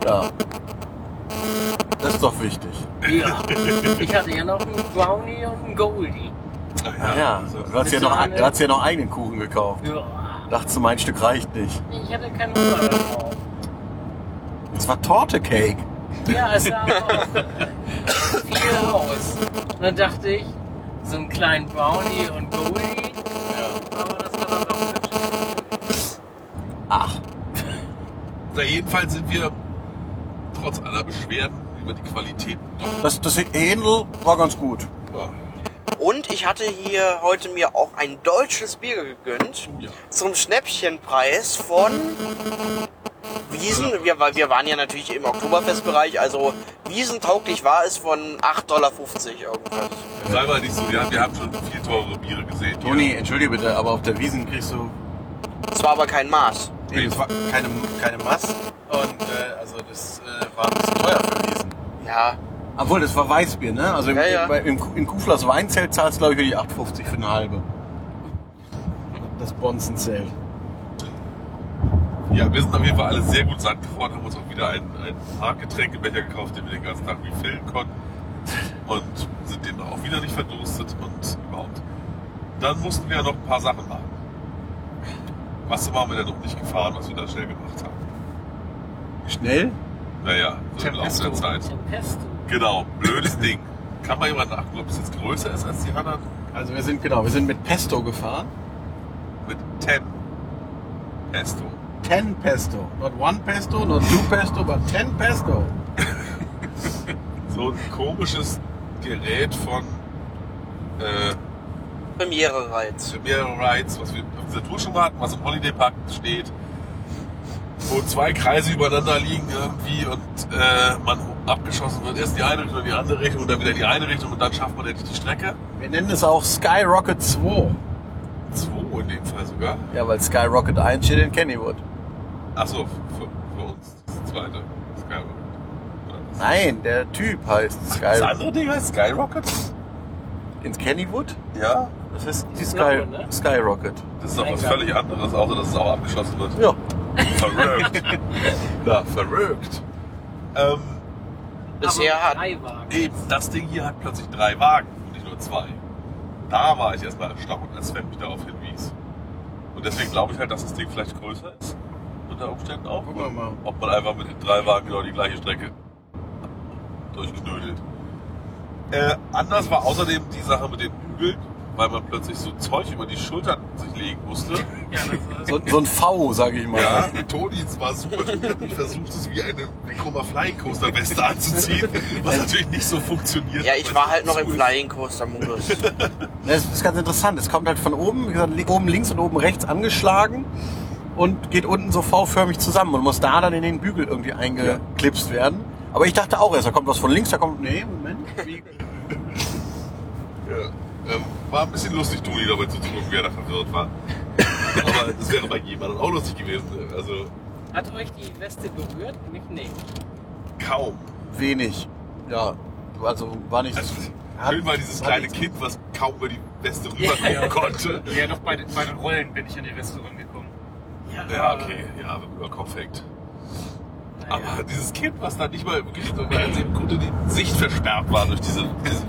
Ja. Das ist doch wichtig.
Ja. Ich hatte ja noch einen Brownie und einen Goldie.
Ja, ja. Du hast ja noch, du hast ja noch eigenen Kuchen gekauft.
Ja.
Dachtest du, mein Stück reicht nicht.
Ich hatte keinen Hunger darauf.
Es war Torte Cake.
Ja, es sah auch viel aus. Und dann dachte ich, so einen kleinen Brownie und Goldie. Ja. Aber das war dann doch ganz schön.
Ach,
Na, jedenfalls sind wir trotz aller Beschwerden über die Qualität doch.
das, das Händel war ganz gut.
Ja.
Und ich hatte hier heute mir auch ein deutsches Bier gegönnt.
Ja.
Zum Schnäppchenpreis von Wiesen. Wir, wa- wir waren ja natürlich im Oktoberfestbereich, also Wiesentauglich war es von 8,50 Dollar irgendwas.
Sei mal nicht so, wir haben, wir haben schon viel teure Biere gesehen. hier.
Toni, entschuldige bitte, aber auf der Wiesen kriegst du
Es war aber kein Maß.
nee, das war keine, keine Mast. Und äh, also das äh, war ein bisschen teuer für Wiesen.
Ja,
Obwohl, das war Weißbier, ne? Also im,
Ja, ja.
Bei, im, in Kuflers Weinzelt zahlst du, glaube ich, für die 8,50 für eine halbe. Das Bonzenzelt.
Ja, wir sind auf jeden Fall alle sehr gut satt geworden, haben uns auch wieder einen, einen Hartgetränkebecher gekauft, den wir den ganzen Tag wie füllen konnten. Und sind den auch wieder nicht verdurstet und überhaupt. Dann mussten wir ja noch ein paar Sachen machen. Was waren wir denn noch nicht gefahren, was wir da schnell gemacht haben?
Schnell?
Naja, so im Laufe der Zeit.
Tempesto.
Genau, blödes Ding. Kann man jemand nachgucken, ob es jetzt größer ist als die anderen?
Also wir sind, genau, wir sind mit Pesto gefahren.
Mit 10 Pesto.
10 Pesto. Not one Pesto, not two Pesto, but 10 Pesto.
So ein komisches Gerät von äh,
Premiere Reiz.
für mehrere Rides, was wir auf dieser Tour schon mal hatten, was im Holiday Park steht, wo zwei Kreise übereinander liegen irgendwie und äh, man abgeschossen wird. Erst die eine Richtung, dann die andere Richtung und dann wieder die eine Richtung und dann schafft man endlich die Strecke.
Wir nennen es auch Skyrocket 2.
Zwei in dem Fall sogar.
Ja, weil Skyrocket 1 steht in Kennywood.
Achso, für, für uns das zweite. Skyrocket.
Nein, der Typ heißt
Das
Skyrocket.
andere Ding heißt Skyrocket?
In Kennywood?
Ja.
Das heißt die Sky,
Skyrocket, ne?
Skyrocket.
Das ist doch was völlig anderes, außer dass es auch abgeschossen wird.
Ja.
Verrückt. Na, verrückt. Ähm,
Bisher
Aber
hat
drei Wagen.
Eben, das Ding hier hat plötzlich drei Wagen und nicht nur zwei. Da war ich erstmal erstaunt, als Sven mich darauf hinwies. Und deswegen glaube ich halt, dass das Ding vielleicht größer ist. Unter Umständen auch.
Gucken wir mal.
Ob man einfach mit den drei Wagen genau die gleiche Strecke durchknödelt. Äh, anders war außerdem die Sache mit den Hügeln, weil man plötzlich so Zeug über die Schultern sich legen musste.
Ja, das
So, so ein V, sage ich mal.
Ja, Toni war also super. Ich versuchte es wie eine Chroma Flying Coaster Weste anzuziehen, was natürlich nicht so funktioniert.
Ja, ich war halt noch im Flying Coaster Modus.
Das Ne, ist ganz interessant. Es kommt halt von oben, wie gesagt, li- oben links und oben rechts angeschlagen und geht unten so V-förmig zusammen und muss da dann in den Bügel irgendwie eingeklipst werden. Aber ich dachte auch erst, da kommt was von links, da kommt. Nee, Moment. Wie?
Ja, ähm, war ein bisschen lustig, Toni dabei zuzugucken, wie er da verwirrt war. Aber das wäre bei jemandem auch lustig gewesen. Also
Hat euch die Weste berührt? Mich nicht.
kaum.
Wenig. Ja, also war nicht.
Also,
Hat-
schön war dieses
hat
kleine
nicht-
Kind, was kaum über die Weste
Oh
rüberkommen konnte.
ist, ja, doch bei, den- bei den Rollen bin ich an die Weste rangekommen.
Ja, okay, ja, wenn man über den Kopf hängt. Aber dieses Kind, was da nicht mal wirklich so einsehen konnte, die Sicht versperrt war durch diese, diese,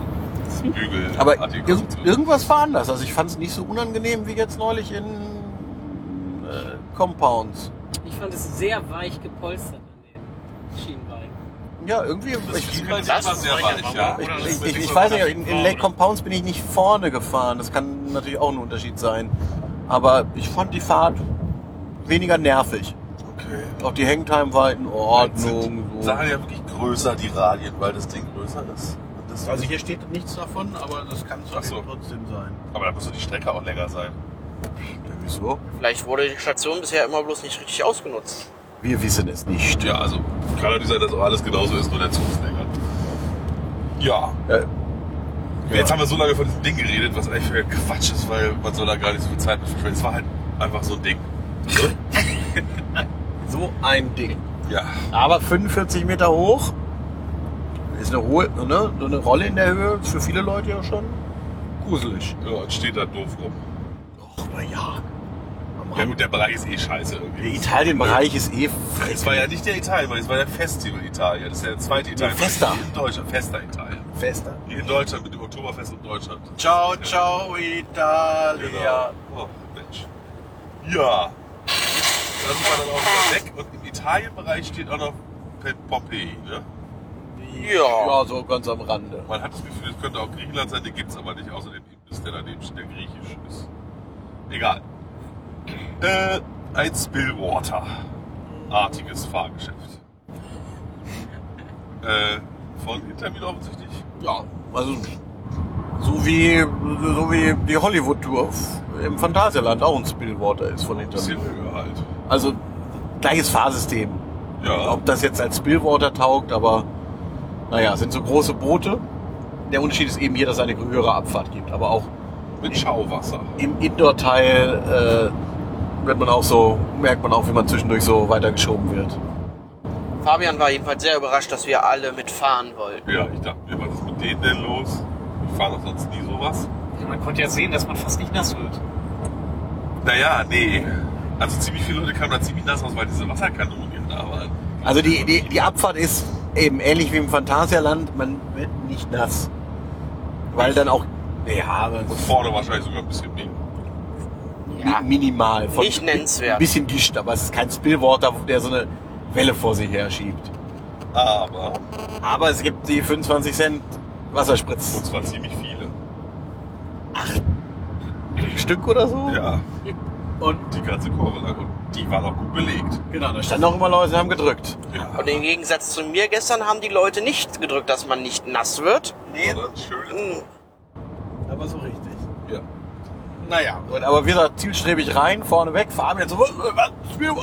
diesen Bügel.
Aber
Artikel-
irg irgendwas war anders. Also ich fand es nicht so unangenehm wie jetzt neulich in äh, Compounds.
Ich fand es sehr weich gepolstert an den Schienbein.
Ja, irgendwie.
das
Ich,
Spielbein
das
war
ist
sehr weich, ja.
ich, ich, ich, ich weiß nicht, in, in Lake Compounds bin ich nicht vorne gefahren. Das kann natürlich auch ein Unterschied sein. Aber ich fand die Fahrt weniger nervig.
Okay.
Auch die Hangtime war halt in Ordnung.
Sind
So.
Sachen ja wirklich größer, die Radien, weil das Ding größer ist. Und das
Also hier steht nichts davon, aber das kann
Ach so.
trotzdem sein.
Aber da muss doch die Strecke auch länger sein.
Ja, wieso?
Vielleicht wurde die Station bisher immer bloß nicht richtig ausgenutzt.
Wir wissen es nicht.
Ja, also kann natürlich sein, dass auch alles genauso ist, nur der Zug ist länger. Ja.
Ja.
Jetzt haben wir so lange von diesem Ding geredet, was eigentlich für Quatsch ist, weil man soll da gar nicht so viel Zeit mit verschwenden. Es war halt einfach so ein Ding.
So ein Ding.
Ja.
Aber 45 Meter hoch ist eine hohe, ne, so eine Rolle in der Höhe, ist für viele Leute ja schon gruselig.
ja und steht da doof rum.
Och, na ja.
Ja gut, der Bereich ist eh scheiße irgendwie.
Der Italienbereich ist eh
Es war ja nicht der Italien, es war der Festival Italien. Das ist ja der zweite Italien.
Festa.
In Deutschland, Fester Italien.
fester.
Hier in Deutschland mit dem Oktoberfest in Deutschland.
Ciao, ciao, Italia.
Genau. Oh, Mensch. Ja. Da sind wir dann auch wieder weg. Und im Italienbereich steht auch noch Pe- Pompeii. Ne?
Ja.
Ja, so ganz am Rande.
Man hat das Gefühl, es könnte auch Griechenland sein, den gibt es aber nicht, außer dem Imbiss, der daneben steht, der griechisch ist. Egal. Äh, ein Spillwater-artiges Fahrgeschäft. Äh, von Intermin offensichtlich.
Ja, also so wie, so wie die Hollywood-Tour im Phantasialand auch ein Spillwater ist von
Ein
hinten.
bisschen höher halt.
Also gleiches Fahrsystem.
Ja.
Ob das jetzt als Spillwater taugt, aber naja, sind so große Boote. Der Unterschied ist eben hier, dass es eine höhere Abfahrt gibt. Aber auch
Mit Schauwasser.
im Indoor-Teil äh, wird man auch so, merkt man auch, wie man zwischendurch so weitergeschoben wird.
Fabian war jedenfalls sehr überrascht, dass wir alle mitfahren wollten.
Ja, ich dachte mir, was ist mit denen denn los? Ich fahre doch sonst nie sowas.
Man konnte ja sehen, dass man fast nicht nass [LAUGHS] wird.
Naja, nee. Also ziemlich viele Leute kamen da ziemlich nass aus, weil diese Wasserkanonen da waren.
Also die, die, die Abfahrt ist eben ähnlich wie im Phantasialand, man wird nicht nass. Weil dann auch ja, aber
Und vorne wahrscheinlich sogar ein bisschen mehr.
Ja.
mi- minimal. Von,
Nicht nennenswert.
Ein bisschen Gischt, aber es ist kein Spillwater, der so eine Welle vor sich her schiebt.
Aber,
Aber es gibt die 25
und
Cent Wasserspritz.
zwar ziemlich viele.
Stück oder so?
Ja,
Und
die ganze Kurve lang. Und die war noch gut belegt.
genau, da standen auch immer Leute und haben gedrückt.
Ja,
Und im Gegensatz zu mir gestern haben die Leute nicht gedrückt, dass man nicht nass wird.
Nee,
war das schön.
Hm,
aber so richtig.
Ja.
Naja, und, aber wir da zielstrebig rein, vorne weg, fahren jetzt so. was, was, wir-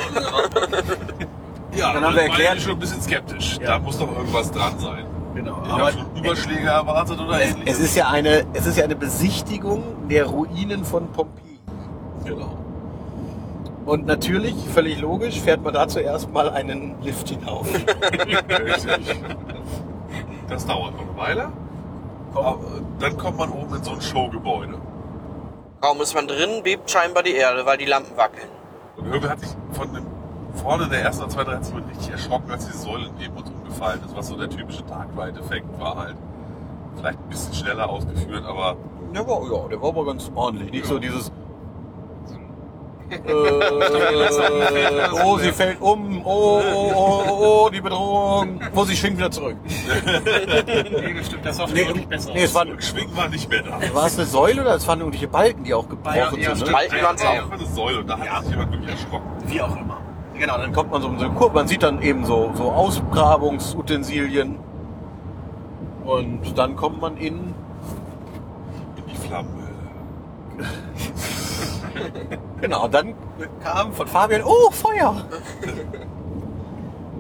Ja, da
Dann haben wir
war
erklärt-
ich schon ein bisschen skeptisch.
Ja.
Da muss doch irgendwas dran sein.
Genau,
Ich
aber
habe schon Überschläge erwartet oder
es,
ähnliches.
es ist ja eine, es ist ja eine Besichtigung der Ruinen von Pompeji.
genau.
Und natürlich, völlig logisch, fährt man dazu erstmal einen Lift hinauf.
Richtig. Das dauert noch eine Weile. Aber dann kommt man oben in so ein Showgebäude.
Kaum ist man drin, bebt scheinbar die Erde, weil die Lampen wackeln.
Und irgendwie hat sich von dem vorne der ersten oder zweiten Reaktion richtig erschrocken, als die Säule neben uns umgefallen ist, was so der typische Dark Ride-Effekt war halt. Vielleicht ein bisschen schneller ausgeführt, aber
[LAUGHS] Der war, ja, der war aber ganz ordentlich. Nicht so [LAUGHS] dieses. Äh, oh, sie fällt um. Oh, oh, oh, oh, die Bedrohung. Oh, sie schwingt wieder zurück.
Nee, das stimmt, das sah
Nee,
deutlich besser
nee es war,
Rückschwingen war nicht mehr da.
war es eine Säule oder es waren irgendwelche Balken, die auch gebrochen
Ja, ja,
sind.
stimmt.
Ne?
Balken waren es auch.
Einfach eine Säule und da hat sich jemand wirklich erschrocken.
Wie auch immer. Genau, dann kommt man so um so eine Kurve. Man sieht dann eben so, so Ausgrabungsutensilien. Und dann kommt man in.
In die Flammen.
Genau, dann kam von Fabian, oh, Feuer!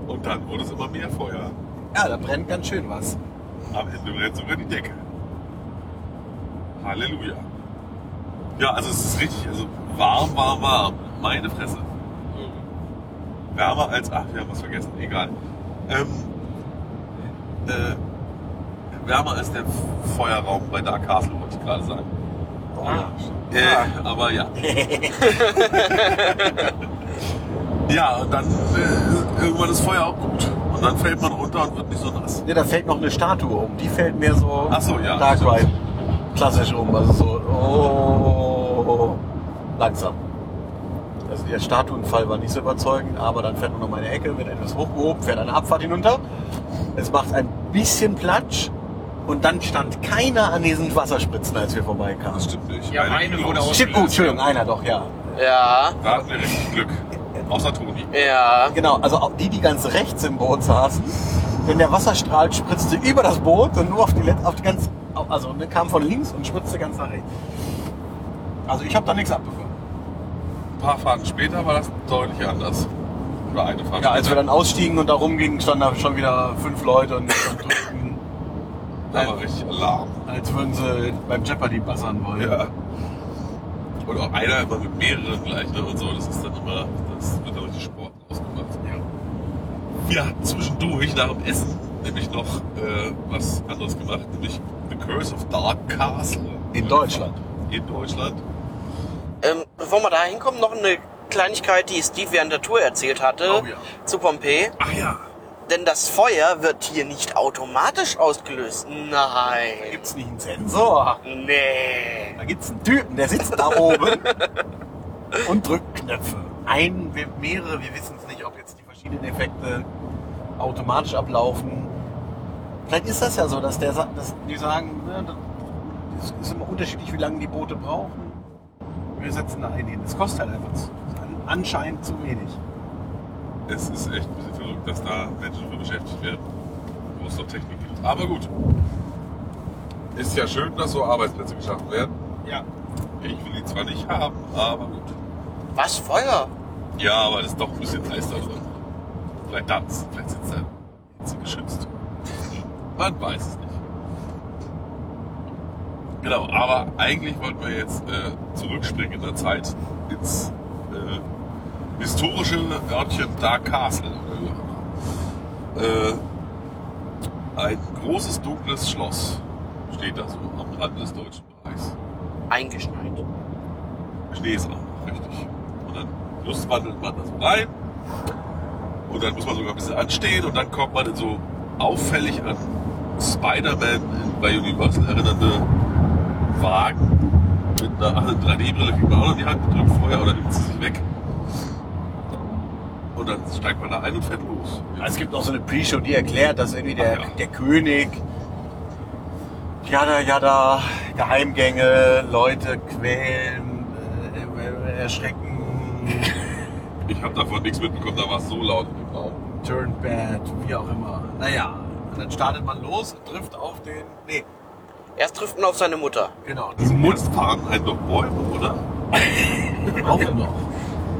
Und dann wurde es immer mehr Feuer.
Ja, da brennt ganz schön was.
Am Ende brennt sogar die Decke. Halleluja. Ja, also es ist richtig, also warm, warm, warm. Meine Fresse. Wärmer als, ach, wir haben was vergessen, egal. Ähm, äh, wärmer als der Feuerraum bei Dark Castle, wollte ich gerade sagen. Äh, aber ja. [LAUGHS] ja, und dann äh, irgendwann ist Feuer auch gut. Und dann fällt man runter und wird nicht so nass.
Ja, da fällt noch eine Statue um. Die fällt mehr so,
Ach so, ja.
Dark Ride klassisch um. Also so, oh, langsam. Also der Statuenfall war nicht so überzeugend, aber dann fährt man noch mal eine Ecke, wird etwas hochgehoben, fährt eine Abfahrt hinunter. Es macht ein bisschen Platsch und dann stand keiner an diesen Wasserspritzen, als wir vorbeikamen.
Das stimmt nicht.
Ja,
Eine
meine
Tür
wurde
aus-
Stimmt, oh, Entschuldigung, einer doch, ja.
Ja,
Da hatten wir richtig Glück. Außer Toni.
ja.
Genau, also auch die, die ganz rechts im Boot saßen, denn der Wasserstrahl spritzte über das Boot und nur auf die, Let- auf die ganz, auf- also ne, kam von links und spritzte ganz nach rechts. Also ich habe da nichts abbekommen.
Ein paar Fahrten später war das deutlich anders. Oder eine Fahrt.
Ja, als wir
später.
dann ausstiegen und da rumgingen, standen da schon wieder fünf Leute und drückten,
da war richtig Alarm.
als würden sie beim Jeopardy buzzern wollen.
Ja. Und auch einer immer mit mehreren gleich ne, und so. Das ist dann immer, das wird dann richtig Sport ausgemacht. Ja. Wir hatten zwischendurch nach dem Essen nämlich noch äh, was anderes gemacht, nämlich The Curse of Dark Castle.
In Deutschland.
In Deutschland.
Ähm, bevor wir da hinkommen, noch eine Kleinigkeit, die Steve während der Tour erzählt hatte
Oh ja.
zu Pompeii.
Ach ja,
Denn das Feuer wird hier nicht automatisch ausgelöst.
Da
Nein.
gibt's nicht einen Sensor.
Nee.
Da gibt's einen Typen, der sitzt da oben und drückt Knöpfe. Ein, mehrere, wir wissen es nicht, ob jetzt die verschiedenen Effekte automatisch ablaufen. Vielleicht ist das ja so, dass, der, sa- dass die sagen, ne, das ist immer unterschiedlich, wie lange die Boote brauchen. Wir setzen da einen hin. Das kostet halt einfach zu, anscheinend zu wenig.
Es ist echt ein bisschen verrückt, dass da Menschen für beschäftigt werden, wo es noch Technik gibt. Aber gut. Ist ja schön, dass so Arbeitsplätze geschaffen werden.
Ja.
Ich will die zwar nicht haben, aber gut.
Was Feuer?
Ja, aber das ist doch ein bisschen heiß da drin. Vielleicht das, vielleicht sitzt er jetzt geschützt. Man weiß es nicht. Genau, aber eigentlich wollten wir jetzt äh, zurückspringen in der Zeit ins äh, historische Örtchen Dark Castle. oder wie auch immer. äh, ein großes dunkles Schloss steht da so am Rand des deutschen Bereichs.
Eingeschneit.
Schnee ist auch noch richtig. Und dann lustwandelt man da so rein. Und dann muss man sogar ein bisschen anstehen und dann kommt man in so auffällig an Spider-Man in- bei Universal erinnernde Wagen mit einer ach, eine 3D-Brille kriegt man auch noch in die Hand gedrückt vorher oder nimmt sie sich weg. Und dann steigt man da ein und fährt los.
Also Es gibt auch so eine Pre-Show, die erklärt, dass irgendwie der,
Ach ja.
der König, jada, jada, Geheimgänge, Leute quälen, äh, erschrecken,
Ich habe davon nichts mitbekommen, da war es so laut in dem Raum.
turn bad, wie auch immer. Naja, und dann startet man los und trifft auf den, nee,
Erst trifft man auf seine Mutter.
genau,
Also Mutz fahren einen doch Bäume, oder?
auch noch.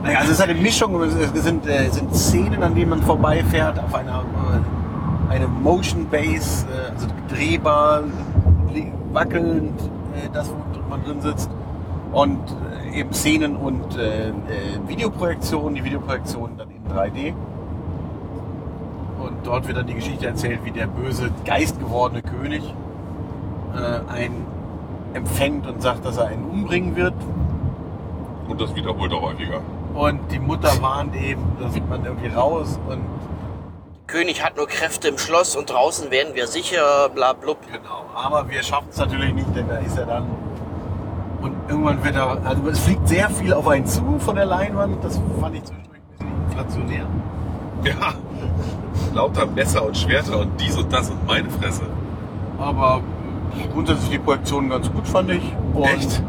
Naja, also es ist eine Mischung, es es sind, äh, es sind Szenen, an denen man vorbeifährt, auf einer äh, eine Motion Base, äh, also drehbar, li- wackelnd, äh, das, wo man drin sitzt. Und äh, eben Szenen und äh, äh, Videoprojektionen, die Videoprojektionen dann in 3D. Und dort wird dann die Geschichte erzählt, wie der böse, geistgewordene König äh, einen empfängt und sagt, dass er einen umbringen wird.
Und das wiederholt auch häufiger.
Und die Mutter warnt eben, da sieht man irgendwie raus und
König hat nur Kräfte im Schloss und draußen werden wir sicher, bla blub.
genau. Aber wir schaffen es natürlich nicht, denn da ist er dann. Und irgendwann wird er. Also es fliegt sehr viel auf einen zu von der Leinwand. Das fand ich zwischendurch ein bisschen inflationär.
Ja, lauter Messer und Schwerter und dies und das und meine Fresse.
Aber grundsätzlich die Projektion ganz gut, fand ich. Und
Echt?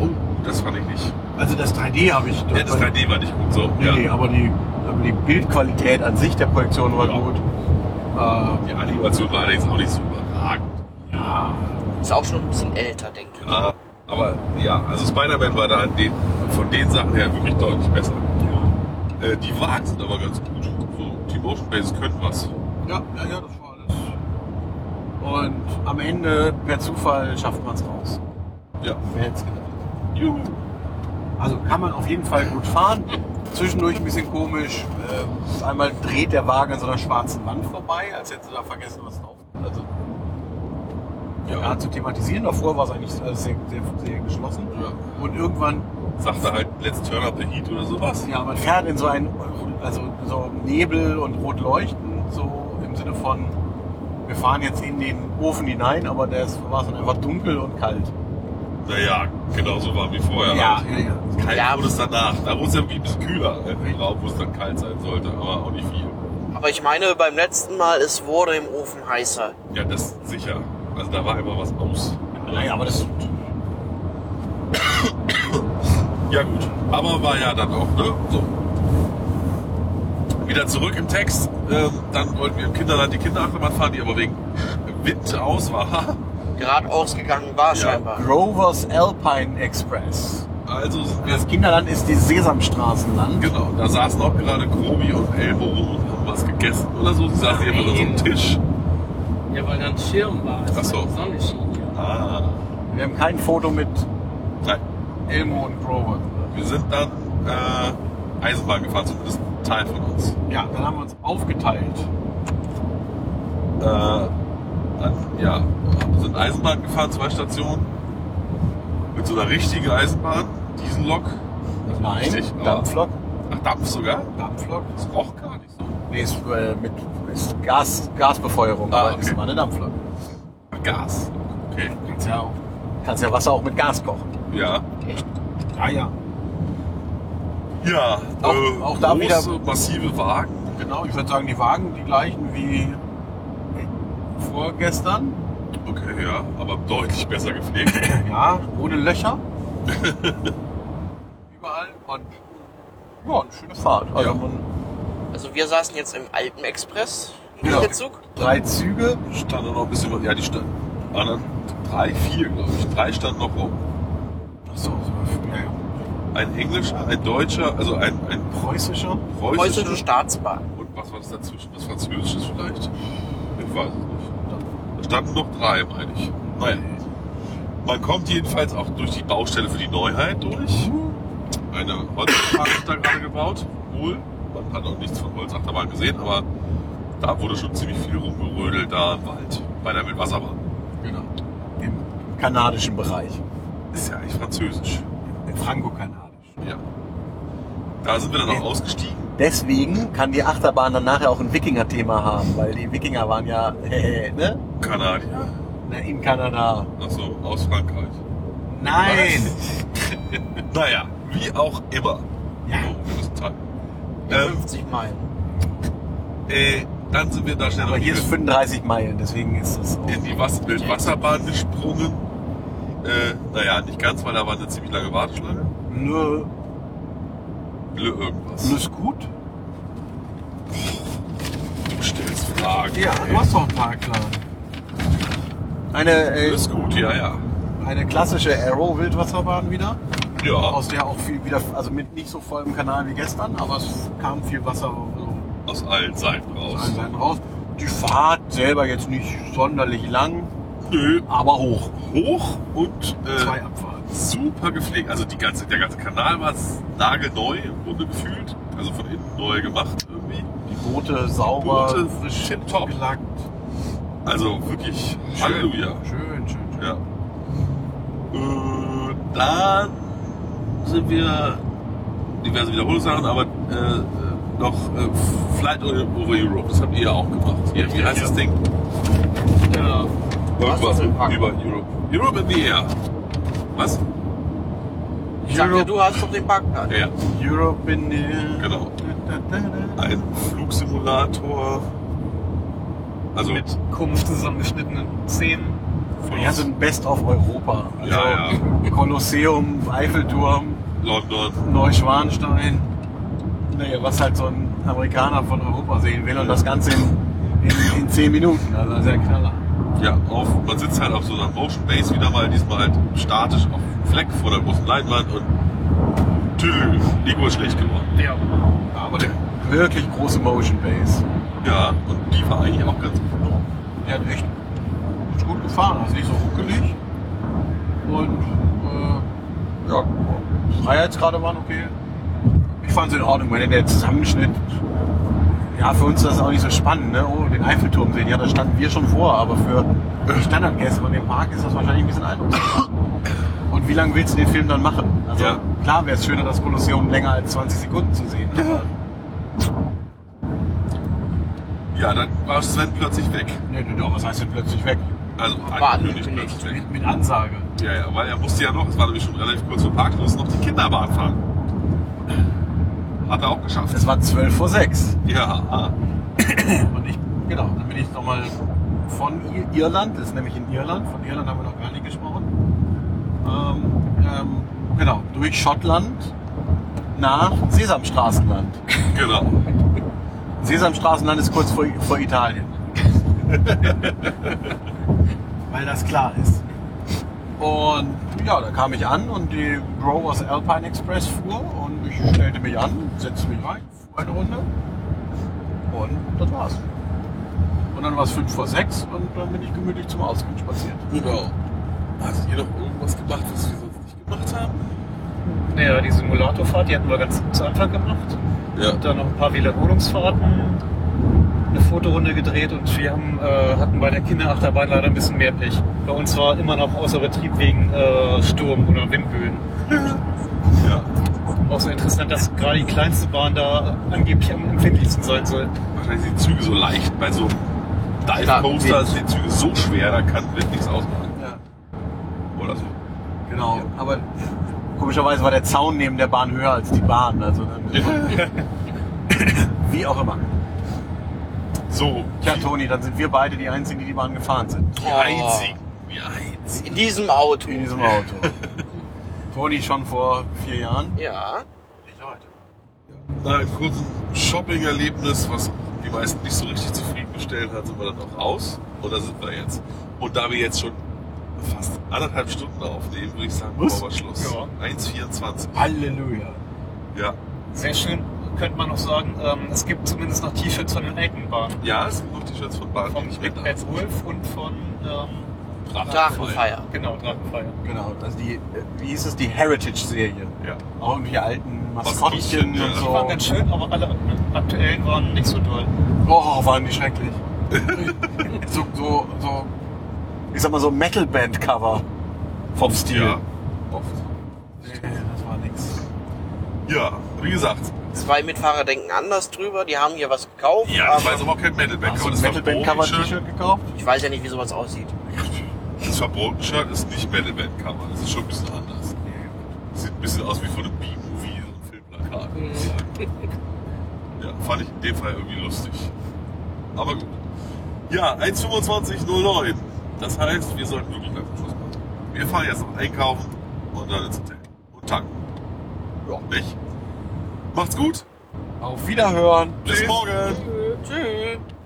Oh, das fand ich nicht.
Also das 3D habe ich.
Ja, das 3D war nicht gut so.
Nee,
ja.
nee, aber die, aber die Bildqualität an sich der Projektion war
Ja.
gut. Genau. Äh,
Die Animation war allerdings auch nicht so überragend.
Ist auch schon ein bisschen älter, denke ich.
Ja, Ah, aber ja, also Spider-Man war da an den, von den Sachen her wirklich deutlich besser. Äh, die Wagen sind aber ganz gut. So, die Motion Bases können was.
Ja, ja, ja, das war alles. Und am Ende, per Zufall, schafft man es raus.
Ja.
Wer hätte es gedacht?
Juhu.
Also kann man auf jeden Fall gut fahren. Zwischendurch ein bisschen komisch. Ähm, einmal dreht der Wagen an so einer schwarzen Wand vorbei, als hätte da vergessen, was drauf. Also ja. zu thematisieren. Davor war es eigentlich alles sehr, sehr, sehr geschlossen.
Ja.
Und irgendwann,
Sagte halt, let's turn up the heat oder sowas.
ja, man fährt in so einen, also so Nebel und rot leuchten, so im Sinne von, wir fahren jetzt in den Ofen hinein, aber da ist- war es dann einfach dunkel und kalt.
Naja, genauso warm wie vorher. halt.
ja, ja.
Kalt
Ja.
wurde es danach. Da wurde es irgendwie ein bisschen kühler äh, im Raum, wo es dann kalt sein sollte, aber auch nicht viel.
Aber ich meine, beim letzten Mal, es wurde im Ofen heißer.
Ja, das sicher. Also da war immer was aus.
Naja, aber das
Ja gut, aber war ja dann auch, ne? So. Wieder zurück im Text. Ähm, dann wollten wir im Kinderland die Kinderachterbahn fahren, die aber wegen Wind aus war. [LAUGHS]
Gerade ausgegangen war
Ja.
scheinbar.
Grover's Alpine Express.
Also sind wir
Das Kinderland ist die Sesamstraßenland.
Genau, da saßen auch gerade Grobi und Elmo rum und haben was gegessen oder so. Die saßen hier an so einem Tisch.
Ja, weil dann Schirm war. Es
Ach so.
hat Sonne schien hier.
Ah.
Wir haben kein Foto mit
Nein,
Elmo und Grover.
wir sind dann äh, Eisenbahn gefahren, zumindest ein Teil von uns.
Ja, dann haben wir uns aufgeteilt.
Äh, dann, ja, sind Eisenbahn gefahren, zwei Stationen. Mit so einer richtigen Eisenbahn, Diesellok. Also richtig, aber-
Dampflok.
Ach, Dampf sogar?
oh. Dampflok?
Das roch gar nicht so.
Nee, ist äh, mit ist Gas, Gasbefeuerung,
Ah,
aber
okay.
ist immer eine Dampflok.
Ach, Gas. Okay.
Ja. auch. Kannst ja Wasser auch mit Gas kochen.
Ja.
Ja, ja.
Ja,
Auch-
äh,
auch da
große,
wieder-
massive Wagen.
Genau, ich würde sagen, die Wagen die gleichen wie vorgestern.
Okay, ja, aber deutlich besser gepflegt.
[LAUGHS] Ja, ohne Löcher. [LAUGHS] Überall und ja, eine schöne Fahrt. Also
Ja.
man-
Also wir saßen jetzt im Alpenexpress, im
Ja.
Güterzug.
drei Züge.
standen noch ein bisschen was. Ja, die standen. Anderen drei, vier, glaube ich. Drei standen noch rum.
Achso, ja,
Ein englischer, ein deutscher, also ein, ein
preußischer.
preußischer.
Preußische Staatsbahn.
Und was war das dazwischen? Was Französisches vielleicht? Ich weiß es nicht. Da standen noch drei, meine ich. Naja.
Äh,
Man kommt jedenfalls auch durch die Baustelle für die Neuheit durch. Eine Holzachterbahn wird da gerade gebaut. Wohl. Man hat auch nichts von Holzachterbahn gesehen, aber Da wurde schon ziemlich viel rumgerödelt, da im Wald, bei der Wildwasserbahn.
Genau. Im kanadischen Bereich.
Ist ja eigentlich französisch.
Franco-kanadisch.
Ja. Da sind wir dann auch ausgestiegen.
Deswegen kann die Achterbahn dann nachher auch ein Wikinger-Thema haben, weil die Wikinger waren ja, [LAUGHS] ne?
Kanadier.
Na, In Kanada.
Achso, aus Frankreich.
Nein!
Naja, wie auch immer. Ja. So, wir müssen dran. ähm,
50 Meilen.
äh, dann sind wir da schnell
Aber
noch
hier ist 35 Meilen, deswegen ist das auch.
in die Was Wildwasserbahn gesprungen. Äh, naja, nicht ganz, weil da war eine ziemlich lange Warteschlange.
Nö,
Blö, irgendwas.
nö, ist gut.
Du stellst Fragen.
Ja, du hast doch ein paar klar. Eine, äh,
Ist gut, ja, ja.
eine klassische Arrow-Wildwasserbahn wieder,
Ja,
aus der auch viel wieder, also mit nicht so vollem Kanal wie gestern, aber es kam viel Wasser also,
aus allen Seiten raus.
an seinen raus. Die Fahrt selber jetzt nicht sonderlich lang,
Nö,
aber hoch.
hoch und
Zwei
äh,
Abfahrten.
super gepflegt. Also die ganze, der ganze Kanal war nagelneu im Grunde gefühlt. Also von innen neu gemacht irgendwie.
Die Boote sauber,
Boote
frisch
tip top.
gelackt.
Also wirklich, Halleluja.
Schön, schön, schön.
Ja. Äh, dann sind wir diverse Wiederholungssachen, aber äh, äh, noch äh, Flight over Europe. Das habt ihr ja auch gemacht. Hier, wie heißt das Ding?
Ja.
Irgendwas über Europe. Europe in the Air. Was?
Ich sag ja, du hast doch den Parkplatz.
Ja,
Europe in the...
genau. Ein Flugsimulator. Also
Mit krumm zusammengeschnittenen Zähnen.
von
Ja, so ein Best of Europa. Also
Ja,
Kolosseum, Eiffelturm,
London.
Neuschwanstein. Naja, was halt so ein Amerikaner von Europa sehen will und das Ganze in, in, in 10 Minuten. Also sehr knaller.
Ja, auf, man sitzt halt auf so einer Motion Base wieder mal, diesmal halt statisch auf dem Fleck vor der großen Leinwand und tüdelü, Nico ist schlecht geworden.
Ja.
Aber
Wirklich große Motion Base.
ja, und die war eigentlich auch ganz gut.
Der hat echt ist gut gefahren, also nicht so ruckelig. Und äh, ja, Freiheitsgrade waren okay. Ich fand es in Ordnung, weil der Zusammenschnitt, ja, für uns ist das auch nicht so spannend, ne? Oh, den Eiffelturm sehen, ja, da standen wir schon vor, aber für die Standardgäste von dem Park ist das wahrscheinlich ein bisschen eindrucksvoll. Und wie lange willst du den Film dann machen? Also
Ja.
klar wäre es schöner, das Kolosseum länger als 20 Sekunden zu sehen. ne? Aber,
Ja, dann war Sven plötzlich weg.
nee, nee, nee, was heißt denn plötzlich weg?
Also
War
eigentlich
angekündigt.
plötzlich weg.
Mit Ansage.
Ja, ja, weil er musste ja noch, es war nämlich schon relativ kurz vor Parkschluss, noch die Kinderbahn fahren. Hat er auch geschafft.
Es war 12 vor 6.
Ja, [LAUGHS]
Und ich, genau, dann bin ich nochmal von Ir Irland, das ist nämlich in Irland, von Irland haben wir noch gar nicht gesprochen. Ähm, ähm, genau, durch Schottland nach Sesamstraßenland.
genau.
Sesamstraßenland ist kurz vor,
[LAUGHS]
vor Italien. Weil das klar ist. Und ja, da kam ich an und die Growers Alpine Express fuhr und ich stellte mich an, setzte mich rein, fuhr eine Runde und das war's. Und dann war es 5 vor 6 und dann bin ich gemütlich zum Ausgang spaziert.
Genau. Hattet ihr noch irgendwas gemacht, was wir sonst nicht gemacht haben?
Naja, die Simulatorfahrt, die hatten wir ganz zu Anfang gemacht.
Ja.
Dann noch ein paar Wiederholungsfahrten, eine Fotorunde gedreht und wir haben, äh, hatten bei der Kinderachterbahn leider ein bisschen mehr Pech. Bei uns war immer noch außer Betrieb wegen äh, Sturm oder Windböen.
Ja.
Auch so interessant, dass gerade die kleinste Bahn da angeblich am empfindlichsten sein soll.
Wahrscheinlich sind die Züge so leicht. Bei so Dive Coaster sind die Züge so schwer, da kann wird nichts ausmachen.
Ja.
Oder so.
Genau, aber komischerweise war der Zaun neben der Bahn höher als die Bahn. Also
[LAUGHS]
dann, wie auch immer.
so.
Tja, Toni, dann sind wir beide die Einzigen, die die Bahn gefahren sind.
Die
Oh.
einzigen. Die einzigen.
In diesem Auto.
In
[LAUGHS]
diesem Auto. Toni schon vor vier Jahren.
Ja.
Nach einem kurzen Shopping-Erlebnis, was die meisten nicht so richtig zufriedengestellt hat, sind wir dann auch raus. Und da sind wir jetzt. Und da wir jetzt schon fast anderthalb Stunden aufnehmen, würde ich sagen,
Was?
machen wir Schluss.
Ja.
1,24.
Halleluja.
Ja.
Sehr schön, könnte man noch sagen. Ähm, es gibt zumindest noch T-Shirts von den Eckenbahnen.
Genau. Ja, es gibt noch T-Shirts von Bahn.
Vom Big Bad Wolf und von ähm,
Drachenfeier.
Genau, Drachenfeier.
Genau, also die, äh, wie hieß es, die Heritage-Serie.
Ja.
Auch irgendwie alten Maskottchen
Maskottchen, ja.
und
Die waren
so.
ganz schön, aber alle ne? aktuellen waren nicht so toll.
Oh, waren
[LAUGHS]
die schrecklich. so, so, so, ich sag mal so Metal-Band-Cover vom Stil.
Ja, oft.
Nee, das war nix.
Ja, wie gesagt,
Zwei Mitfahrer denken anders drüber, die haben hier was gekauft,
ja, das war jetzt Ah, aber kein Metal-Band.
Hast du
aber
ein
das
Metal-Band-Cover-T-Shirt gekauft?
ich weiß ja nicht, wie sowas aussieht.
Das verbotene Shirt ist nicht Metal Band Cover, das ist schon ein bisschen anders. Sieht ein bisschen aus wie von einem B-Movie, so ein Filmplakat. würde ich sagen. [LAUGHS] Ja, fand ich in dem Fall irgendwie lustig. Aber gut. Ja, 1,2509. Das heißt, wir sollten wirklich langsam Schluss machen. Wir fahren jetzt noch einkaufen und dann ins Hotel. Und tanken. Ja. Nicht? Macht's gut.
Auf Wiederhören.
Bis
Tschüss.
morgen.
Tschüss.